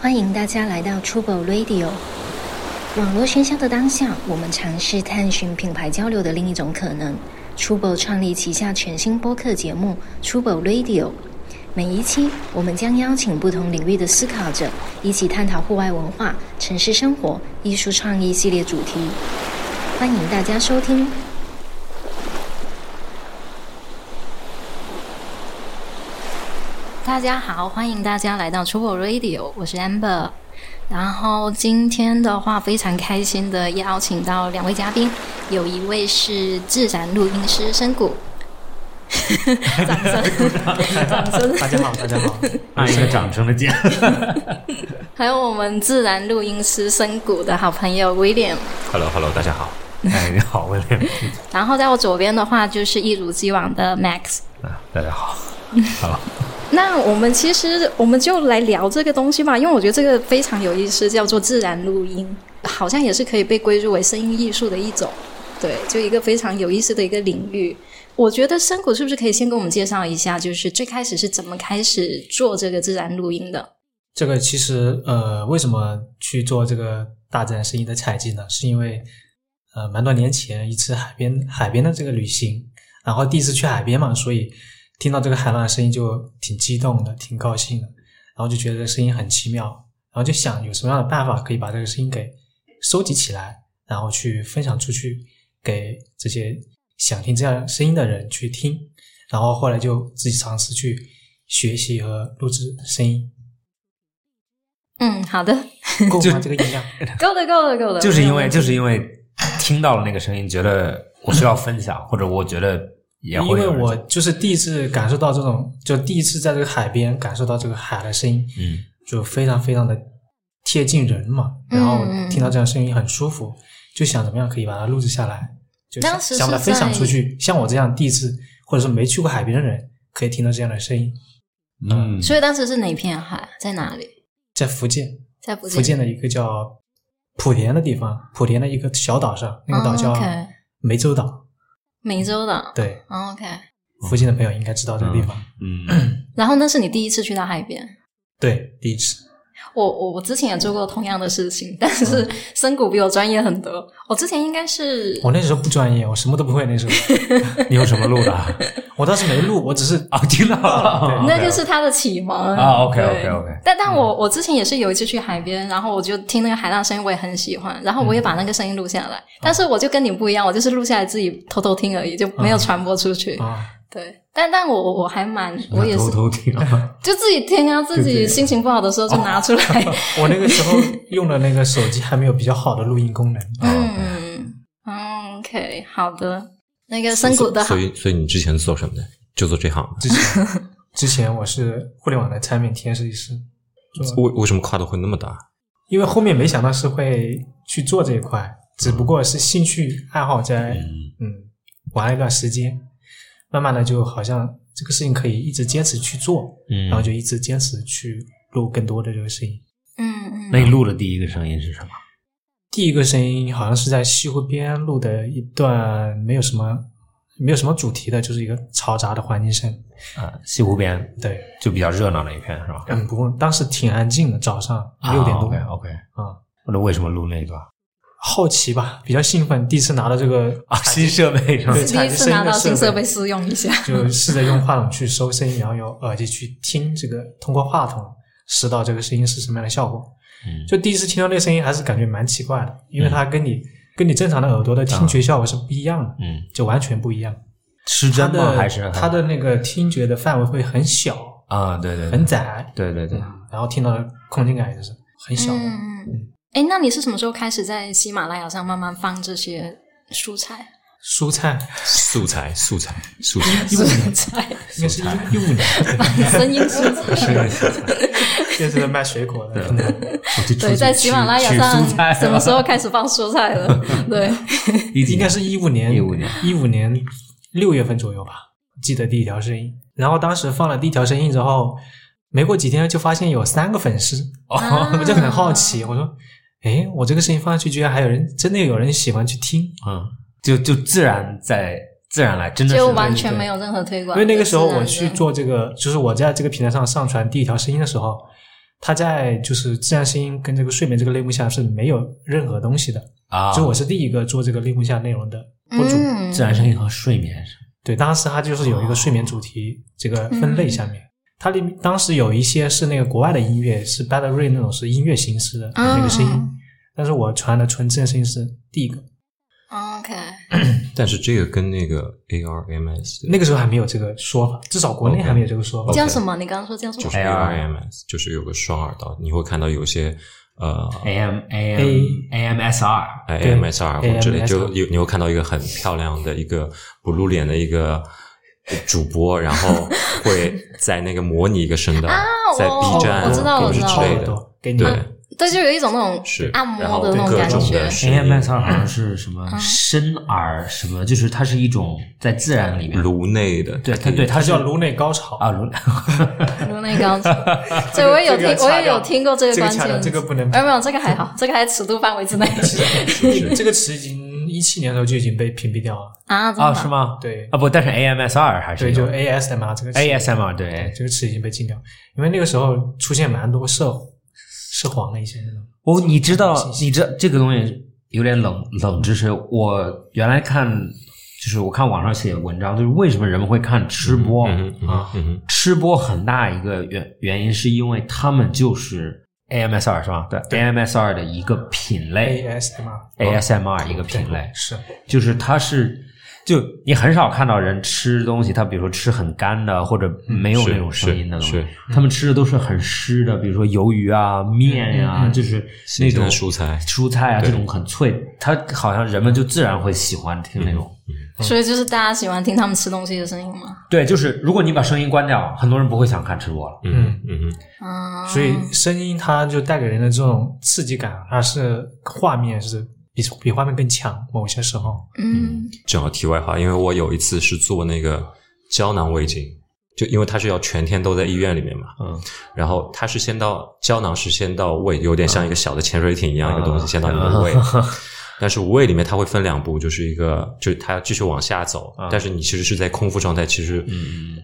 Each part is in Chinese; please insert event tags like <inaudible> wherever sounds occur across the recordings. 欢迎大家来到 Trouble Radio。网络喧嚣的当下，我们尝试探寻品牌交流的另一种可能。Trouble 创立旗下全新播客节目 Trouble Radio。每一期，我们将邀请不同领域的思考者，一起探讨户外文化、城市生活、艺术创意系列主题。欢迎大家收听。大家好，欢迎大家来到 Trouble Radio，我是 Amber。然后今天的话，非常开心的邀请到两位嘉宾，有一位是自然录音师深谷，掌声， <laughs> 掌声，大家好，大家好，按一个掌声的键。还有我们自然录音师深谷的好朋友 William。 Hello，Hello，大家好。哎，你好，威廉。然后在我左边的话，就是一如既往的 Max。啊， <laughs> 大家好。好，那我们其实我们就来聊这个东西吧，因为我觉得这个非常有意思，叫做自然录音，好像也是可以被归入为声音艺术的一种，对，就一个非常有意思的一个领域。我觉得深谷是不是可以先给我们介绍一下，就是最开始是怎么开始做这个自然录音的？这个其实呃，为什么去做这个大自然声音的采集呢？是因为呃，蛮多年前一次海边海边的这个旅行，然后第一次去海边嘛，所以听到这个海浪的声音就挺激动的，挺高兴的，然后就觉得这个声音很奇妙，然后就想有什么样的办法可以把这个声音给收集起来，然后去分享出去给这些想听这样声音的人去听，然后后来就自己尝试去学习和录制声音。嗯，好的， <laughs> 够吗？这个音量？够了，够了，够了。 <laughs> 就是因为没有问题就是因为听到了那个声音，觉得我需要分 <laughs> 享，或者我觉得也因会为有人我就是第一次感受到这种，就第一次在这个海边感受到这个海的声音，嗯，就非常非常的贴近人嘛。嗯然后听到这样声音很舒服，就想怎么样可以把它录制下来，就当想时是想把它分享在出去。像我这样第一次，或者是没去过海边的人，可以听到这样的声音，嗯，所以当时是哪片海，在哪里？在福建，在福建。福建的一个叫莆田的地方，莆田的一个小岛上，那个岛叫哦，OK 湄洲岛。梅州的。对，哦 OK。附近的朋友应该知道这个地方。嗯，然后那是你第一次去到海边。对，第一次。我我我之前也做过同样的事情，但是深谷比我专业很多。我之前应该是我那时候不专业，我什么都不会。那时候， <laughs> 你用什么录的？ <laughs> 啊，我当时没录，我只是啊 <laughs> 哦听到了，那就是他的启蒙啊，OK，OK，OK 对 OK，OK 但但我我之前也是有一次去海边，然后我就听那个海浪声音，我也很喜欢，然后我也把那个声音录下来。但是我就跟你不一样，我就是录下来自己偷偷听而已，就没有传播出去。啊，对，但但我我我还蛮我也是偷偷听啊。就自己听啊，自己心情不好的时候就拿出来。我那个时候用的那个手机还没有比较好的录音功能。哦嗯嗯，OK，好的。那个深谷的好所以，所以你之前做什么的？就做这行之的。前，之前我是互联网的产品体验设计师，为为什么跨度会那么大？因为后面没想到是会去做这一块，只不过是兴趣爱好在嗯玩了一段时间，慢慢的就好像这个事情可以一直坚持去做，嗯然后就一直坚持去录更多的这个声音。嗯那嗯，你录的第一个声音是什么？第一个声音好像是在西湖边录的一段没有什么没有什么主题的，就是一个嘈杂的环境声。啊，西湖边对，就比较热闹那一片是吧？嗯，不过当时挺安静的，早上六点啊多 OK 哦 OK。啊，那为什么录那段？啊好奇吧，比较兴奋，第一次拿到这个啊，新设备是吧？对第一次拿到新设备产生试用一下。就试着用话筒去收声音，然后用耳机去听这个，通过话筒拾到这个声音是什么样的效果。嗯就第一次听到那声音，还是感觉蛮奇怪的，因为它跟你、跟你正常的耳朵的听觉效果是不一样的，嗯，就完全不一样。失它真吗？的还是它的那个听觉的范围会很小、啊？对对，对很，窄，对 <laughs> 对对。然后听到的空间感也是很小的。嗯嗯。哎，那你是什么时候开始在喜马拉雅上慢慢放这些蔬菜？蔬菜素材，素材，素材。蔬菜， <laughs> 应该是一五年，声音蔬 <laughs> 菜。变成了卖水果的。可能对，在喜马拉雅上啊什么时 <laughs> 候开始放蔬菜 <laughs> 的？对，应该是一五年， 15年，一五年六月份左右吧，记得第一条声音。然后当时放了第一条声音之后，没过几天就发现有三个粉丝，啊 <laughs> 我就很好奇，我说，诶，我这个声音放上去，居然还有人真的有人喜欢去听。嗯，就就自然在自然来，真的是就完全没有任何推因广。为那个时候就自我然去的，做这个，就是我在这个平台上上传第一条声音的时候，它在就是自然声音跟这个睡眠这个类目下是没有任何东西的，啊，所以我是第一个做这个类目下内容的博主。嗯，自然声音和睡眠是对，当时它就是有一个睡眠主题这个分类下面，嗯它里面当时有一些是那个国外的音乐，是 b a t t e r y 那种是音乐形式的那个声音，嗯但是我传的纯自然声音是第一个，哦 OK，但是这个跟那个 ARMS 那个时候还没有这个说法，至少国内 OK 还没有这个哦说法。 OK 叫什么？你刚刚说叫什就么哎是 ARMS，就是有个双耳道，你会看到有些呃 AM AM AMSR，哎对 AMSR 或者之类， AMSR 就有你会看到一个很漂亮的一个不露脸的一个主播，然后会在那个模拟一个声道，在啊我 B 站哦啊我知道或我知者是道之类我知的道，给你对们对，就有一种那种是按然后摩的那种各感种觉的。声音 AMSR 好像是什嗯么深耳什么，就是它是一种在自然里面，颅内的，对它对它它是叫颅内高潮啊颅，颅内高 <laughs> 潮，对我也有这个听，要掐我掉也有听过这这个关掐掉键词。这个不能没有没有，这个还 <laughs> 好，这个还尺度范围之内这个词已经一七年的时候就已经被屏蔽掉了。 <laughs> 啊，真的啊吗是吗？对啊不，但是 AMSR 还是对，有就 ASMR 这个词 ASMR 对这个词已经被禁掉，因为那个时候出现蛮多涉涉黄的一些那种。哦，你知道信，息你知道这个东西有点冷冷知识。我原来看，就是我看网上写的文章，就是为什么人们会看吃播嗯哼嗯哼啊？嗯哼，吃播很大一个原原因是因为他们就是 AMSR 是吧？对，AMSR 的一个品类 ASMR ，ASMR 哎一个品类，是嗯就是它是。就你很少看到人吃东西，他比如说吃很干的，或者没有嗯是那种声音的东是西是，他们吃的都是很湿的，比如说鱿鱼啊、面呀、嗯嗯嗯就是那新鲜种的蔬菜，蔬菜啊对这种很脆，它好像人们就自然会喜欢听那嗯种。所以就是大家喜欢听他们吃东西的声音嘛。对，就是如果你把声音关掉，很多人不会想看直播了。嗯嗯嗯，啊，所以声音它就带给人的这种刺激感，啊它是画面是比比画面更强，某些时候。嗯正好题外话，因为我有一次是做那个胶囊胃镜，就因为他是要全天都在医院里面嘛，嗯，然后它是先到胶囊是先到胃，有点像一个小的潜水艇一样一个东西，嗯先到你 <laughs> 的胃。但是胃里面它会分两步，就是一个就是它继续往下走，啊但是你其实是在空腹状态，其嗯实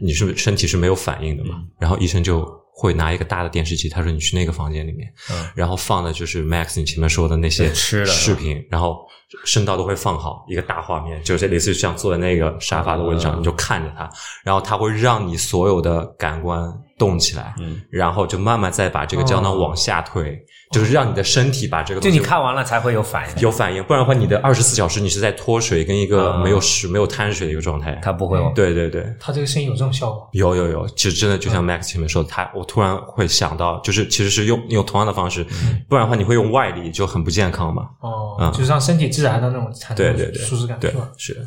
你是身体是没有反应的嘛。然后医生就会拿一个大的电视机，他说你去那个房间里面，然后放的就是 Max 你前面说的那些对嗯吃的视频，然后声道都会放好一个大画面，就是类似于像坐在那个沙发的位置上，你就看着它，然后它会让你所有的感官动起来，嗯然后就慢慢再把这个胶囊往下推，就是让你的身体把这个哦就东西你看完了才会有反应，有反应，不然的话你的二十四小时你是在脱水跟一个嗯没有湿、没有碳水的一个状态。它不会有。对对对，它这个声音有这种效果。有有有，其实真的就像 Max 前面说的，他我突然会想到，就是其实是用用同样的方式，不然的话你会用外力就很不健康嘛。哦，嗯就是让身体自然的那种产对生对对，舒适感，对是吧？是的。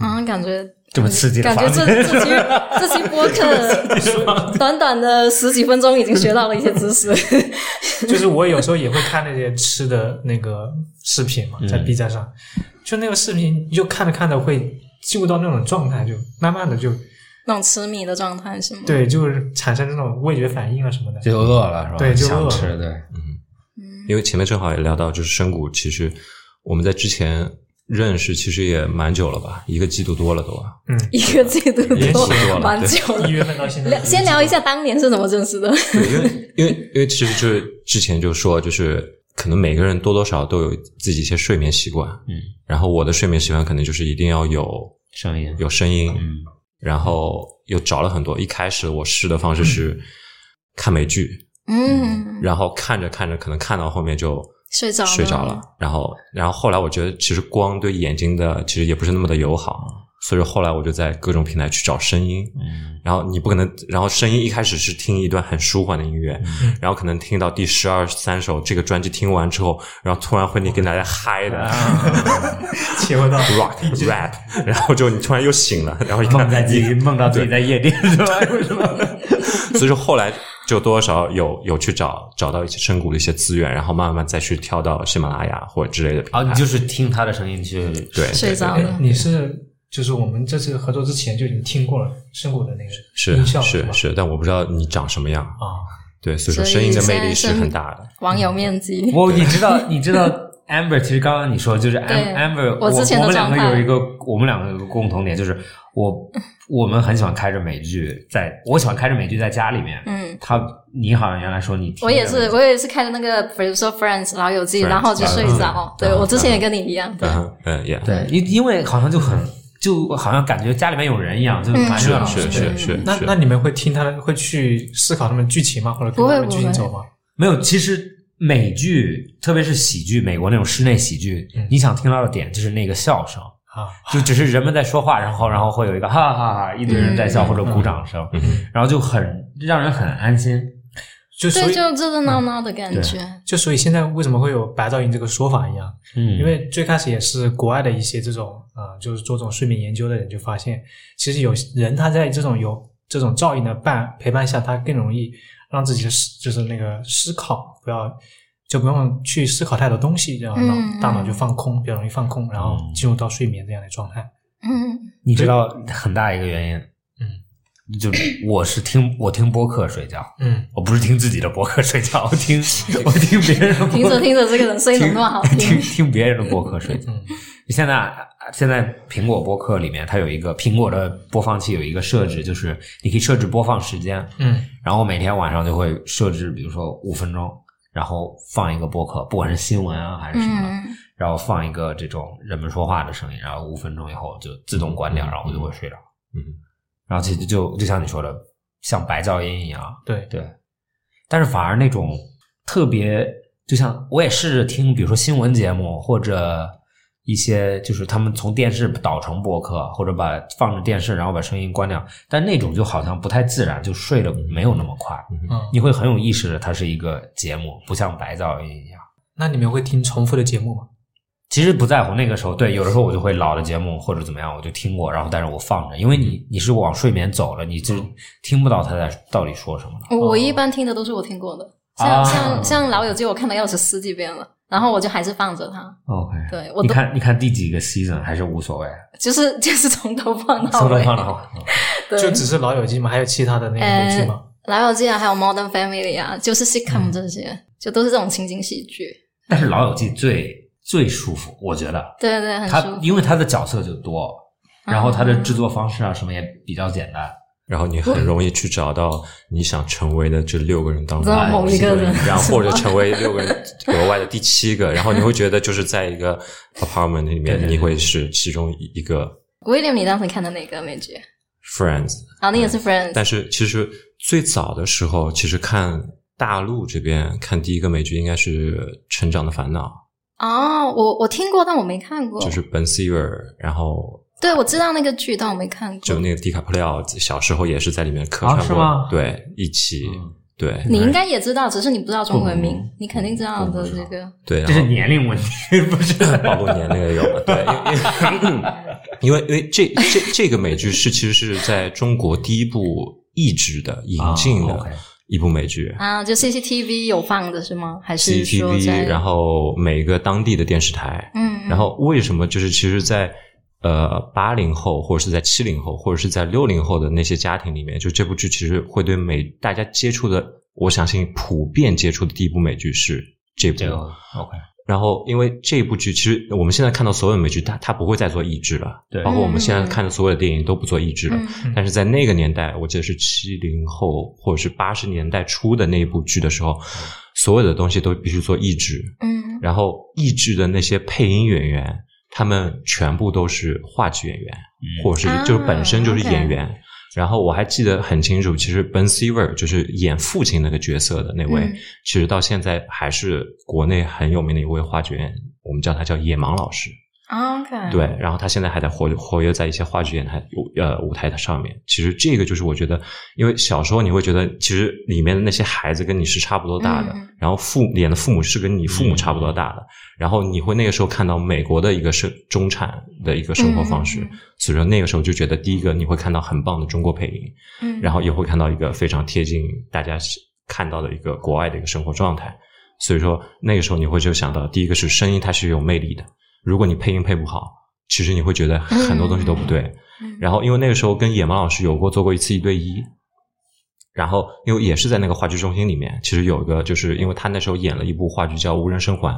啊，感觉这么刺激的感话觉这这 <laughs> 期这期播客短短的十几分钟已经学到了一些知 <laughs> 识。 <laughs> 就是我有时候也会看那些吃的那个视频嗯嘛，在 B 站上，就那个视频，你就看着看着会进入到那种状态，就慢慢的就那种痴迷的状态是吗？，对，就是产生这种味觉反应啊什么的。就饿了是吧？对就饿想了吃对。因为前面正好也聊到，就是深谷，其实我们在之前认识其实也蛮久了吧，一个季度多了都啊。嗯 <laughs> 一个季度也多许多了蛮久一了。月份到现在聊，先聊一下当年是怎么认识的。对，因为因为因为其实就是之前就说，就是可能每个人多多少少都有自己一些睡眠习惯，嗯，然后我的睡眠习惯可能就是一定要有声音有声音，嗯然后又找了很多。一开始我试的方式嗯是看美剧，嗯，然后看着看着，可能看到后面就睡着了睡着了。然后，然后后来我觉得，其实光对眼睛的其实也不是那么的友好，所以后来我就在各种平台去找声音。嗯然后你不可能，然后声音一开始是听一段很舒缓的音乐，嗯然后可能听到第十二三首这个专辑听完之后，然后突然会你跟大家嗨的。啊切换到 rock rap，然 <laughs> 后就你突然又醒了，然后一 <laughs> 看梦在自 <laughs> 己梦到自己在夜店是吧？为什 <laughs> 么？所以说后来就多多少少有有去找找到一些深谷的一些资源，然后慢慢再去跳到喜马拉雅或者之类的平台。啊，你就是听他的声音去对， <laughs> 睡着哎了。你是就是我们这次合作之前就已经听过了深谷的那个是音效是吧？是，但我不知道你长什么样。啊，对，所以说所以声音的魅现在力是声很大的。网友面积，我你知道你知道 Amber，其实刚刚你说就是 Am- 对 Amber，我之前我的们两状个态有一个，我们两个有一个共同点就是我我们很喜欢开着美剧在，我喜欢开着美剧在家里面。嗯，他你好像原来说你听我也着美是，剧我也是看那个，比如说 Friends 老友记， Friends，然后就睡嗯着。对嗯我之前也跟你一样，对嗯哼嗯，yeah，对，因因为好像就很就好像感觉家里面有人一样，就嗯蛮热闹的。是是对是是那是那你们会听他的，会去思考他们的剧情吗？或者不跟会着他们剧情不会走吗？没有，其实美剧，特别是喜剧，美国那种室内喜剧，嗯你想听到的点就是那个笑声，啊， <laughs> 就只是人们在说话，然后然后会有一个哈哈哈哈，一堆人在笑或者鼓掌声，嗯嗯然后就很让人很安心。就所对，以就热热闹闹的感嗯对觉。就所以现在为什么会有白噪音这个说法一样？嗯因为最开始也是国外的一些这种啊、呃就是做这种睡眠研究的人就发现，其实有人他在这种有这种噪音的伴陪伴下，他更容易让自己的思就是那个思考不要就不用去思考太多东西，然后脑、嗯嗯大脑就放空，比较容易放空，然后进入到睡眠这样的状态。嗯，你知道很大一个原因，嗯，就我是听我听播客睡觉，嗯，我不是听自己的播客睡觉，我听我听别人的播客，听着听着，这个人声音怎么那么好听听？听别人的播客睡觉。嗯现在现在苹果播客里面，它有一个苹果的播放器有一个设置，就是你可以设置播放时间。嗯，然后我每天晚上就会设置，比如说五分钟，然后放一个播客，不管是新闻啊还是什么，嗯，然后放一个这种人们说话的声音，然后五分钟以后就自动关掉，然后我就会睡着。嗯，然后其实就就像你说的，像白噪音一样，对，对，但是反而那种特别，就像我也试着听，比如说新闻节目或者一些就是他们从电视导成播客，或者把放着电视，然后把声音关掉，但那种就好像不太自然，就睡得没有那么快，嗯，你会很有意识的，它是一个节目，不像白噪音一样。那你们会听重复的节目吗？其实不在乎那个时候，对，有的时候我就会老的节目或者怎么样，我就听过，然后但是我放着，因为你你是往睡眠走了，你就听不到他在到底说什么了。我我一般听的都是我听过的，啊像像像老友记，我看了要是十几遍了，然后我就还是放着它。 OK，对我你都看，你看第几个 season 还是无所谓，就是就是从头放到从头尾。放到尾。对就只是老友记吗？还有其他的那个美剧吗？老友记啊，还有 Modern Family 啊，就是嗯 sitcom 这些，就都是这种情景喜剧。但是《老友记》最最舒服，我觉得对对，很它舒服。啊因为它的角色就多，然后它的制作方式啊什么也比较简单。然后你很容易去找到你想成为的这六个人当中啊知道某一个人 <laughs> 然后 <laughs> 或者成为六个人额外的第七个，然后你会觉得就是在一个 apartment 对里对面，对你会是其中一个 William，你当时看的哪个美剧？ friends，然后你也嗯是 Friends，但是其实最早的时候，其实看大陆这边看第一个美剧应该是《成长的烦恼哦，我我听过，但我没看过。》，就是 Ben Stiller，然后对，我知道那个剧，但我没看过。就那个迪卡普利奥小时候也是在里面客啊串是过，吗对，一起、嗯对你应该也知道，只是你不知道中文名，嗯你肯定知道我不的知这道个。对，这然是后年龄问题，不 <laughs> 是？ <laughs> 暴露年龄的有了，对，因为因为因为因为这这这个美剧是其实是在中国第一部译制的引进啊的，OK 一部美剧。哦啊，就 CCTV 有放的是吗？还是说 CCTV，在？然后每个当地的电视台，嗯，嗯然后为什么就是其实在，呃八零后或者是在七零后或者是在六零后的那些家庭里面，就这部剧其实会对美大家接触的，我相信普遍接触的第一部美剧是这部。这个 OK，然后，因为这部剧其实我们现在看到所有的美剧，它它不会再做译制了，对包括我们现在看的所有的电影都不做译制了。嗯但是在那个年代，我记得是七零后或者是八十年代初的那一部剧的时候，所有的东西都必须做译制，嗯然后译制的那些配音演员，他们全部都是话剧演员，嗯或者啊是就是本身就是演 OK 员。然后我还记得很清楚，其实 Ben Stiller 就是演父亲那个角色的那位，嗯其实到现在还是国内很有名的一位话剧演员，我们叫他叫野蛮老师。啊，OK，对，然后他现在还在活活跃在一些话剧演台呃舞台的上面。其实这个就是我觉得，因为小时候你会觉得，其实里面的那些孩子跟你是差不多大的，嗯嗯嗯然后父演的父母是跟你父母差不多大的，然后你会那个时候看到美国的一个生中产的一个生活方式，嗯嗯所以说那个时候就觉得，第一个你会看到很棒的中国配音，嗯，然后也会看到一个非常贴近大家看到的一个国外的一个生活状态。所以说那个时候你会就想到，第一个是声音它是有魅力的，如果你配音配不好，其实你会觉得很多东西都不对。嗯然后因为那个时候跟野蛮老师有过做过一次一对一。然后，因为也是在那个话剧中心里面，其实有一个，就是因为他那时候演了一部话剧叫《无人生还》，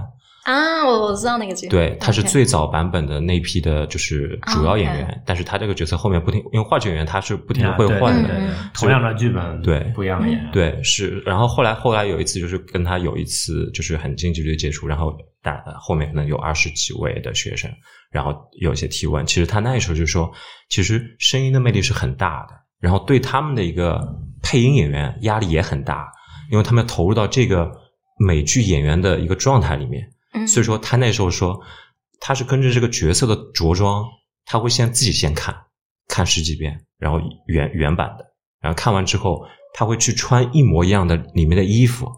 啊，我我知道那个剧，对，他是 OK 最早版本的那一批的，就是主要演员 OK 但是他这个角色后面不停，因为话剧演员他是不停的会啊对换对的，对对嗯同样的剧本，对不一样的演员，对，是。然后后来后来有一次，就是跟他有一次就是很近距离的接触，然后大后面可能有二十几位的学生，然后有一些提问。其实他那时候就说，其实声音的魅力是很大的，然后对他们的一个配音演员压力也很大，因为他们投入到这个美剧演员的一个状态里面。嗯，所以说他那时候说，他是跟着这个角色的着装，他会先自己先看，看十几遍，然后原原版的，然后看完之后，他会去穿一模一样的里面的衣服，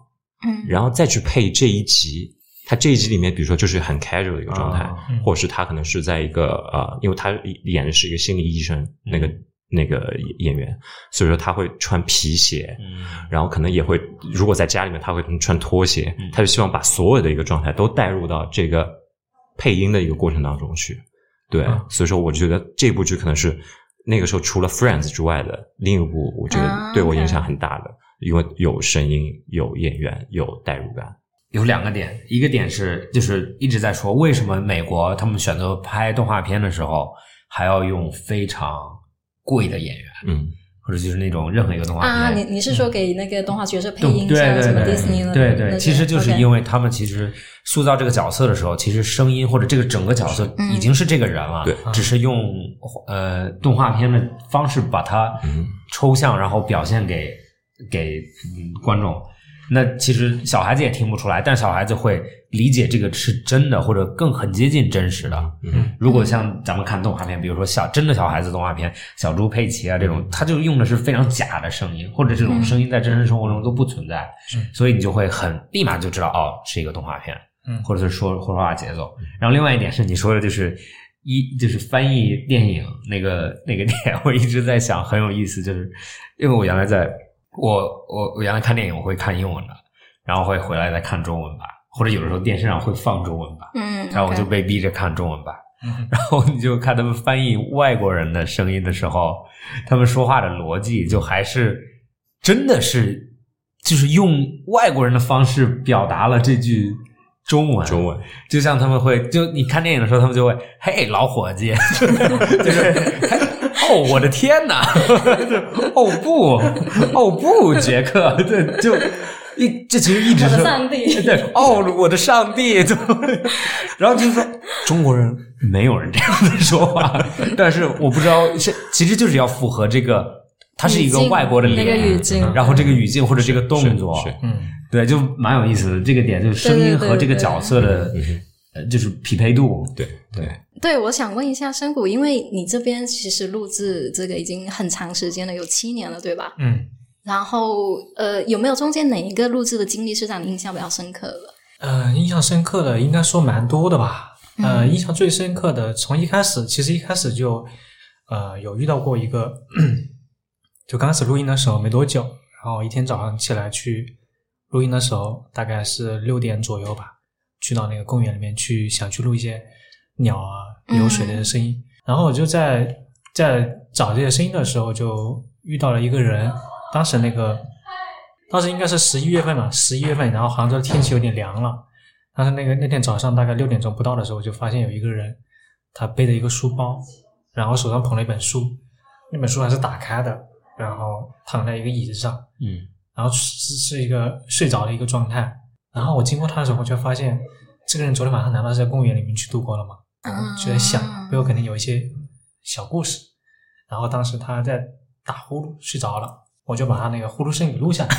嗯，然后再去配这一集。他这一集里面，比如说就是很 casual 的一个状哦态，啊嗯或者是他可能是在一个呃，因为他演的是一个心理医生，那个那个演员，所以说他会穿皮鞋，嗯然后可能也会，如果在家里面，他会可能穿拖鞋嗯，他就希望把所有的一个状态都带入到这个配音的一个过程当中去。对，嗯所以说我觉得这部剧可能是那个时候除了《Friends》之外的另一部，我觉得啊对我 OK 影响很大的，因为有声音、有演员、有代入感。有两个点，一个点是就是一直在说为什么美国他们选择拍动画片的时候还要用非常贵的演员，嗯，或者就是那种任何一个动画片啊，你你是说给那个动画角色配对音，对像什么对 Disney 了？对那对，些其实就是 OK 因为他们其实塑造这个角色的时候，其实声音或者这个整个角色嗯已经是这个人了，对只是用呃动画片的方式把它嗯抽象，然后表现给给嗯观众。那其实小孩子也听不出来，但小孩子会理解这个是真的，或者更很接近真实的。嗯如果像咱们看动画片，比如说小真的小孩子动画片，小猪佩奇啊这嗯种，他就用的是非常假的声音，或者这嗯种声音在真实生活中都不存在，所以你就会很立马就知道哦是一个动画片，嗯或者是说说话节奏。嗯然后另外一点是你说的就是一就是翻译电影那个那个点， <laughs> 我一直在想很有意思，就是因为我原来在我我我原来看电影我会看英文的，然后会回来再看中文版，或者有的时候电视上会放中文版。嗯，然后啊我就 OK 被逼着看中文版。嗯然后你就看他们翻译外国人的声音的时候，他们说话的逻辑就还是真的是就是用外国人的方式表达了这句中文。中文就像他们会就你看电影的时候，他们就会嘿老伙计， <laughs> 就是嘿哦我的天哪， <laughs> 就哦不哦不杰克，对就。一这其实一直是我的上帝 <laughs> 对哦，我的上帝！就然后就是说中国人没有人这样子说话， <laughs> 但是我不知道是其实就是要符合这个，它是一个语境外国的那脸，个语境然后这个语境或者这个动作，是是嗯对，就蛮有意思的。这个点就是声音和这个角色的，呃就是匹配度。对对，对，我想问一下深谷，因为你这边其实录制这个已经很长时间了，有七年了，对吧？嗯然后呃，有没有中间哪一个录制的经历是让你印象比较深刻的？呃，印象深刻的应该说蛮多的吧。呃，嗯印象最深刻的，从一开始，其实一开始就呃有遇到过一个，就刚开始录音的时候没多久，然后一天早上起来去录音的时候，大概是六点左右吧，去到那个公园里面去，想去录一些鸟啊、流水的声音。然后我就在在找这些声音的时候，就遇到了一个人，当时那个当时应该是十一月份嘛，十一月份，然后杭州天气有点凉了。但是那个那天早上大概六点钟不到的时候，我就发现有一个人，他背着一个书包，然后手上捧了一本书，那本书还是打开的，然后躺在一个椅子上，嗯，然后是是一个睡着的一个状态。然后我经过他的时候，我就发现这个人昨天晚上难道是在公园里面去度过了吗？然后就在想啊背后肯定有一些小故事。然后当时他在打呼噜睡着了，我就把他那个呼噜声给录下来。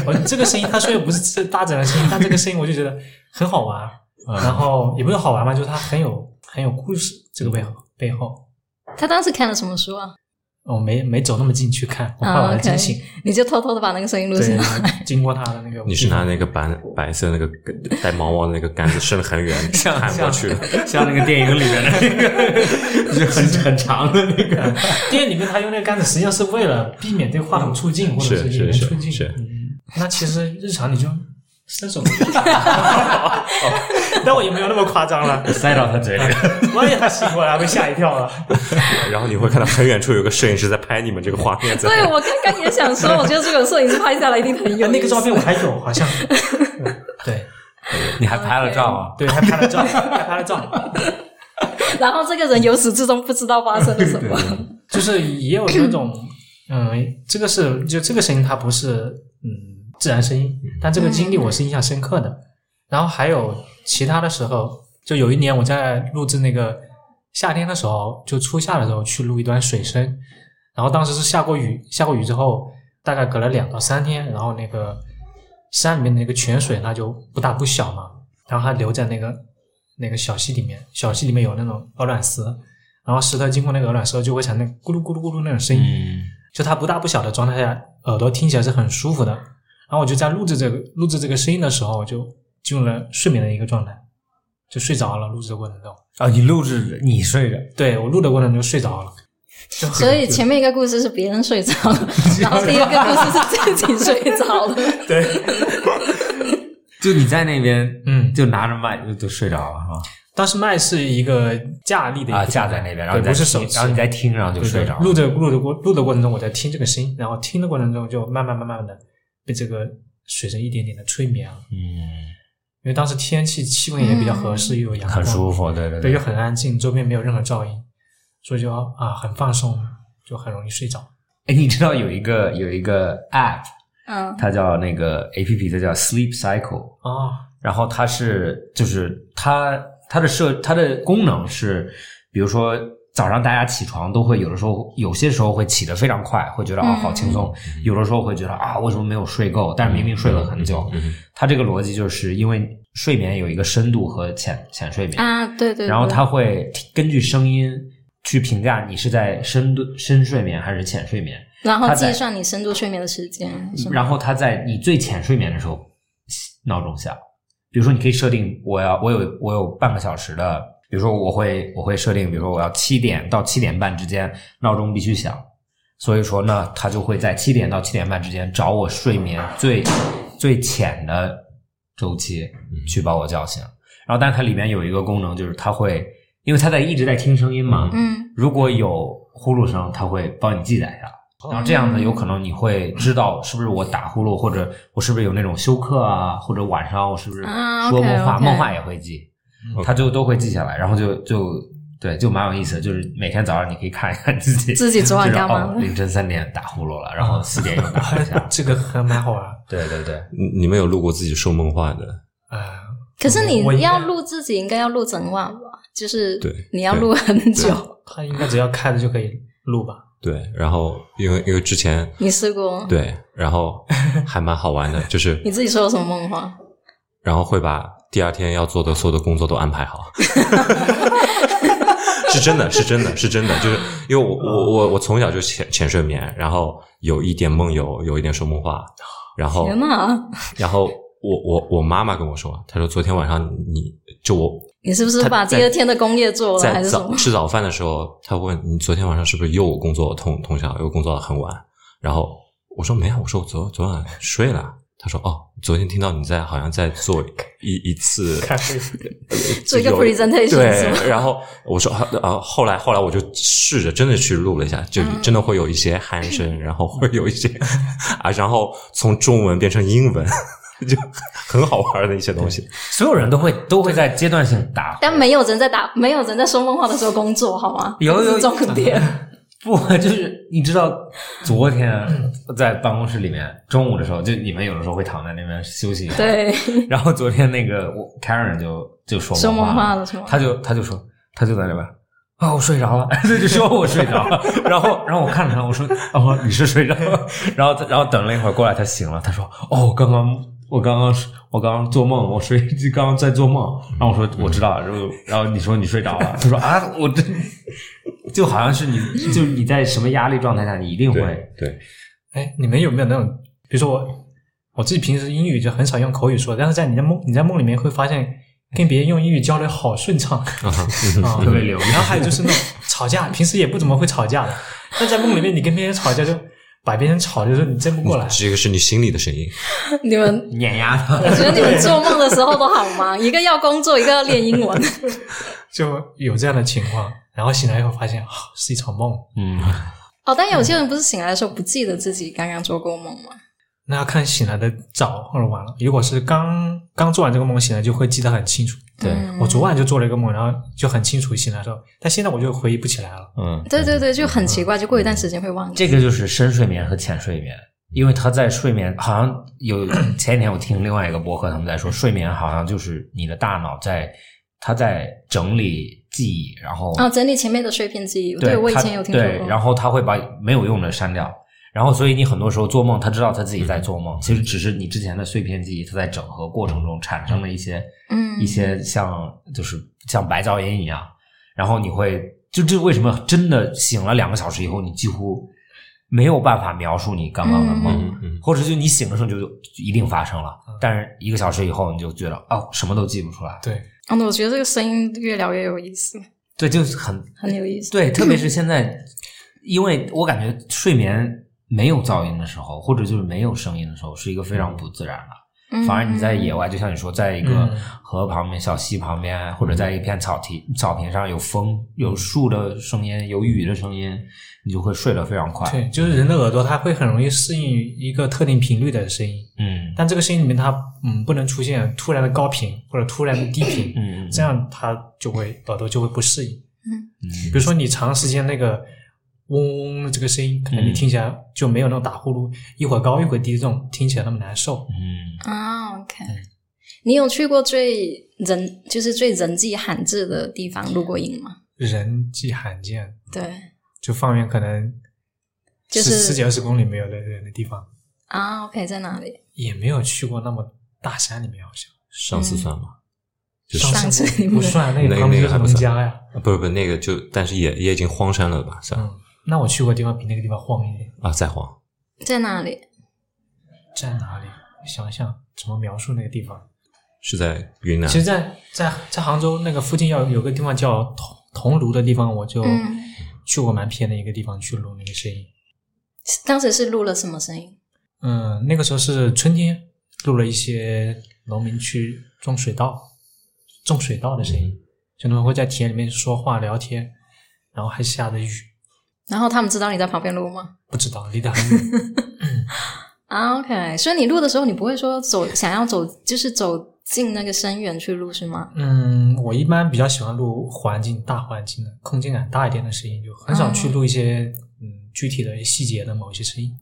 <laughs> 我这个声音，他虽然不是这大自然的声音，但这个声音我就觉得很好玩。然后也不是好玩吧，就是它很有很有故事。这个背后背后，他当时看了什么书啊？我哦没没走那么近去看，我怕把他惊醒。你就偷偷的把那个声音录对进来。，经过他的那个， <laughs> 你是拿那个白白色那个带毛毛的那个杆子伸得很远 <laughs> 像看过像去 <laughs> 的，像那个电影里面的那 <laughs> 个，就很很长的那个。电影里面他用那个杆子，实际上是为了避免对话筒触镜或者是演员是触镜。是嗯那其实日常你就伸手，哦 <laughs> 但我也没有那么夸张了。塞到他嘴里，万一他醒过来，被吓一跳了。然后你会看到很远处有个摄影师在拍你们这个画面在。对，我刚刚也想说，我觉得这个摄影师拍下来一定很有啊那个意思照片我还有，好像嗯对， <laughs> 你还拍了照 <laughs> 啊？对，还拍了照，还拍了照，然后这个人由始至终不知道发生了什么。就是也有那种，嗯，这个是就这个声音，它不是嗯自然声音，但这个经历我是印象深刻的。然后还有其他的时候，就有一年我在录制那个夏天的时候，就初夏的时候去录一段水声，然后当时是下过雨，下过雨之后大概隔了两到三天，然后那个山里面的那个泉水它就不大不小嘛，然后它流在那个那个小溪里面，小溪里面有那种鹅卵石，然后石头经过那个鹅卵石就会产生咕噜咕噜咕噜那种声音，嗯就它不大不小的状态下，耳朵听起来是很舒服的。然后我就在录制这个录制这个声音的时候，我就进入了睡眠的一个状态，就睡着了。录制的过程中，啊，你录制你睡着，对我录的过程中睡着了。就很所以前面一个故事是别人睡着了，然后第一个故事是自己睡着了。就你在那边嗯，就拿着麦就就睡着了是吧？当时麦是一个架立的一个啊，架状态在那边，然后对你在不是手听机，然后你在听，然后就对睡对着了。录着录着过录的过程中，我在听这个声音，然后听的过程中就慢慢慢慢的被这个水声一点点的催眠了。嗯，因为当时天气气温也比较合适，又有阳光，很舒服，对对对，对又。很安静，周边没有任何噪音，所以就啊很放松，就很容易睡着。哎，你知道有一个有一个 app，嗯，它叫那个 A P P，它叫 Sleep Cycle，哦，。然后它是就是它它的设它的功能是，比如说早上大家起床都会有的时候有些时候会起得非常快，会觉得啊、嗯好轻松，有的时候会觉得啊为什么没有睡够，但是明明睡了很久。嗯它这个逻辑就是因为睡眠有一个深度和浅浅睡眠，啊，对对对。然后它会根据声音去评价你是在深度深睡眠还是浅睡眠。然后它在计算你深度睡眠的时间，是吗然后它在你最浅睡眠的时候闹钟响，比如说你可以设定我要我有我有半个小时的，比如说我会我会设定，比如说我要七点到七点半之间闹钟必须响，所以说呢，它就会在七点到七点半之间找我睡眠最最浅的周期去把我叫醒。然后，但是它里面有一个功能，就是它会，因为它在一直在听声音嘛，嗯，如果有呼噜声，它会帮你记载下来。哦然后这样呢，有可能你会知道是不是我打呼噜，或者我是不是有那种休克啊，或者晚上我是不是啊说梦话， ，OK，OK 梦话也会记， OK 它就都会记下来，然后就就对，就蛮有意思。就是每天早上你可以看一看自己自己昨晚就是干嘛哦凌晨三点打呼噜了，然后四点又打一下啊 <laughs> <laughs> 这个还蛮好玩啊、对对对，你你们有录过自己说梦话的？呃可是你我应该要录自己，应该要录整晚吧？就是对你要录很久，它应该只要开着就可以录吧？对，然后因为因为之前你试过？对，然后还蛮好玩的，就是你自己说了什么梦话？然后会把第二天要做的所有的工作都安排好。是真的，是真的，是真的，就是因为我我我我从小就浅浅睡眠，然后有一点梦游，有一点说梦话，然后天哪，然后我我我妈妈跟我说，她说昨天晚上你就我你是不是把在第二天的工业做了，还在是什早么？吃早饭的时候，她问你昨天晚上是不是又工作通通宵，又工作到很晚，然后我说没啊有，我说我昨昨晚睡了。她说：“哦，昨天听到你在好像在做一一次 <laughs> <laughs> 开会做一个有 presentation 是吗？对，然后我说啊啊，后来后来我就试着真的去录了一下，就嗯真的会有一些鼾声，然后会有一些 <laughs> 啊，然后从中文变成英文，就很好玩的一些东西。所有人都会都会在阶段性打呼，但没有人在打，没有人在说梦话的时候工作，好吗？有这有是重点。 <laughs> 不，就是你知道，昨天在办公室里面，中午的时候，就你们有的时候会躺在那边休息一下。。对，然后昨天那个我 Karen 就就说说梦梦话了，了是吗？他就他就说他就在那边啊、我睡着了， <laughs> 他就说我睡着了。 <laughs> 然后然后我看了他，我说啊、我你是睡着了。然后他然后等了一会儿过来，他醒了，他说哦，我刚刚我刚刚我刚刚做梦，我睡刚刚在做梦。然后我说我知道，然后然后你说你睡着了，他说啊，我这就好像是你就你在什么压力状态下，你一定会对，哎，你们有没有那种，比如说我我自己平时英语就很少用口语说，但是在你的梦你在梦里面会发现跟别人用英语交流好顺 <laughs> 畅。啊，嗯特别流利然后还有 <laughs> 就是那种吵架，平时也不怎么会吵架的，但在梦里面你跟别人吵架就把别人吵，就是你争不过来。这个是你心里的声音。你们碾压他。我觉得你们做梦的时候都好忙，一个要工作，一个要练英文。就有这样的情况。然后醒来以后发现，啊，是一场梦。嗯，哦，但有些人不是醒来的时候不记得自己刚刚做过梦吗？那要看醒来的早或者晚了。如果是刚刚做完这个梦醒来，就会记得很清楚。对嗯我昨晚就做了一个梦，然后就很清楚醒来的时候，但现在我就回忆不起来了。嗯，对对对，就很奇怪，就过一段时间会忘记。这个就是深睡眠和浅睡眠，因为他在睡眠好像有 <clears throat> 前几天我听另外一个博客他们在说，睡眠好像就是你的大脑在它在整理记忆，然后哦，整理前面的碎片记忆，对我以它前有听说对过。，然后他会把没有用的删掉。然后，所以你很多时候做梦，他知道他自己嗯在做梦，其实只是你之前的碎片记忆，它在整合过程中产生了一些嗯，一些像就是像白噪音一样，然后你会就这为什么真的醒了两个小时以后，你几乎没有办法描述你刚刚的梦，嗯嗯嗯或者就你醒的时候就就一定发生了，但是一个小时以后你就觉得哦什么都记不出来，对，哦，那我觉得这个声音越聊越有意思，对，就是很很有意思。对，特别 <clears throat> 是现在，因为我感觉睡眠没有噪音的时候，或者就是没有声音的时候，是一个非常不自然的。嗯反而你在野外，就像你说，在一个嗯河旁边、小溪旁边，或者在一片草地、草坪上，有风、有树的声音、有雨的声音，你就会睡得非常快。对，就是人的耳朵，它会很容易适应于一个特定频率的声音，嗯但这个声音里面它嗯不能出现突然的高频或者突然的低频，嗯嗯这样它就会耳朵就会不适应。比嗯如说你长时间那个嗡嗡嗡的这个声音，可能你嗯听起来就没有那种打呼噜一会儿高一会儿低这种听起来那么难受。嗯，啊，OK。你有去过最人就是最人迹罕至的地方露过营吗？人迹罕见，对就方圆可能就是十几二十公里没有的人的地方，啊，OK，在哪里？也没有去过那么大山里面，好像上次算吗？就是上上次次你不们不算，那那个个旁边就是那个还不农算家呀。啊不是不是那个就，但是也也已经荒山了吧？算嗯，那我去过的地方比那个地方晃一点，啊，再荒在哪里？在哪里？想想怎么描述那个地方。是在云南其实在，在在杭州那个附近要有个地方叫桐桐庐的地方，我哦就嗯去过蛮偏的一个地方去录那个声音。当时是录了什么声音？嗯，那个时候是春天，录了一些农民去种水稻、种水稻的声音，就他们会在田里面说话聊天，然后还下着雨，然后他们知道你在旁边录吗？不知道离得很远。啊，OK，所以你录的时候，你不会说走，想要走，就是走进那个深渊去录是吗？嗯，我一般比较喜欢录环境大环境的、空间感大一点的声音，就很少去录一些嗯具体的细节的某一些声音。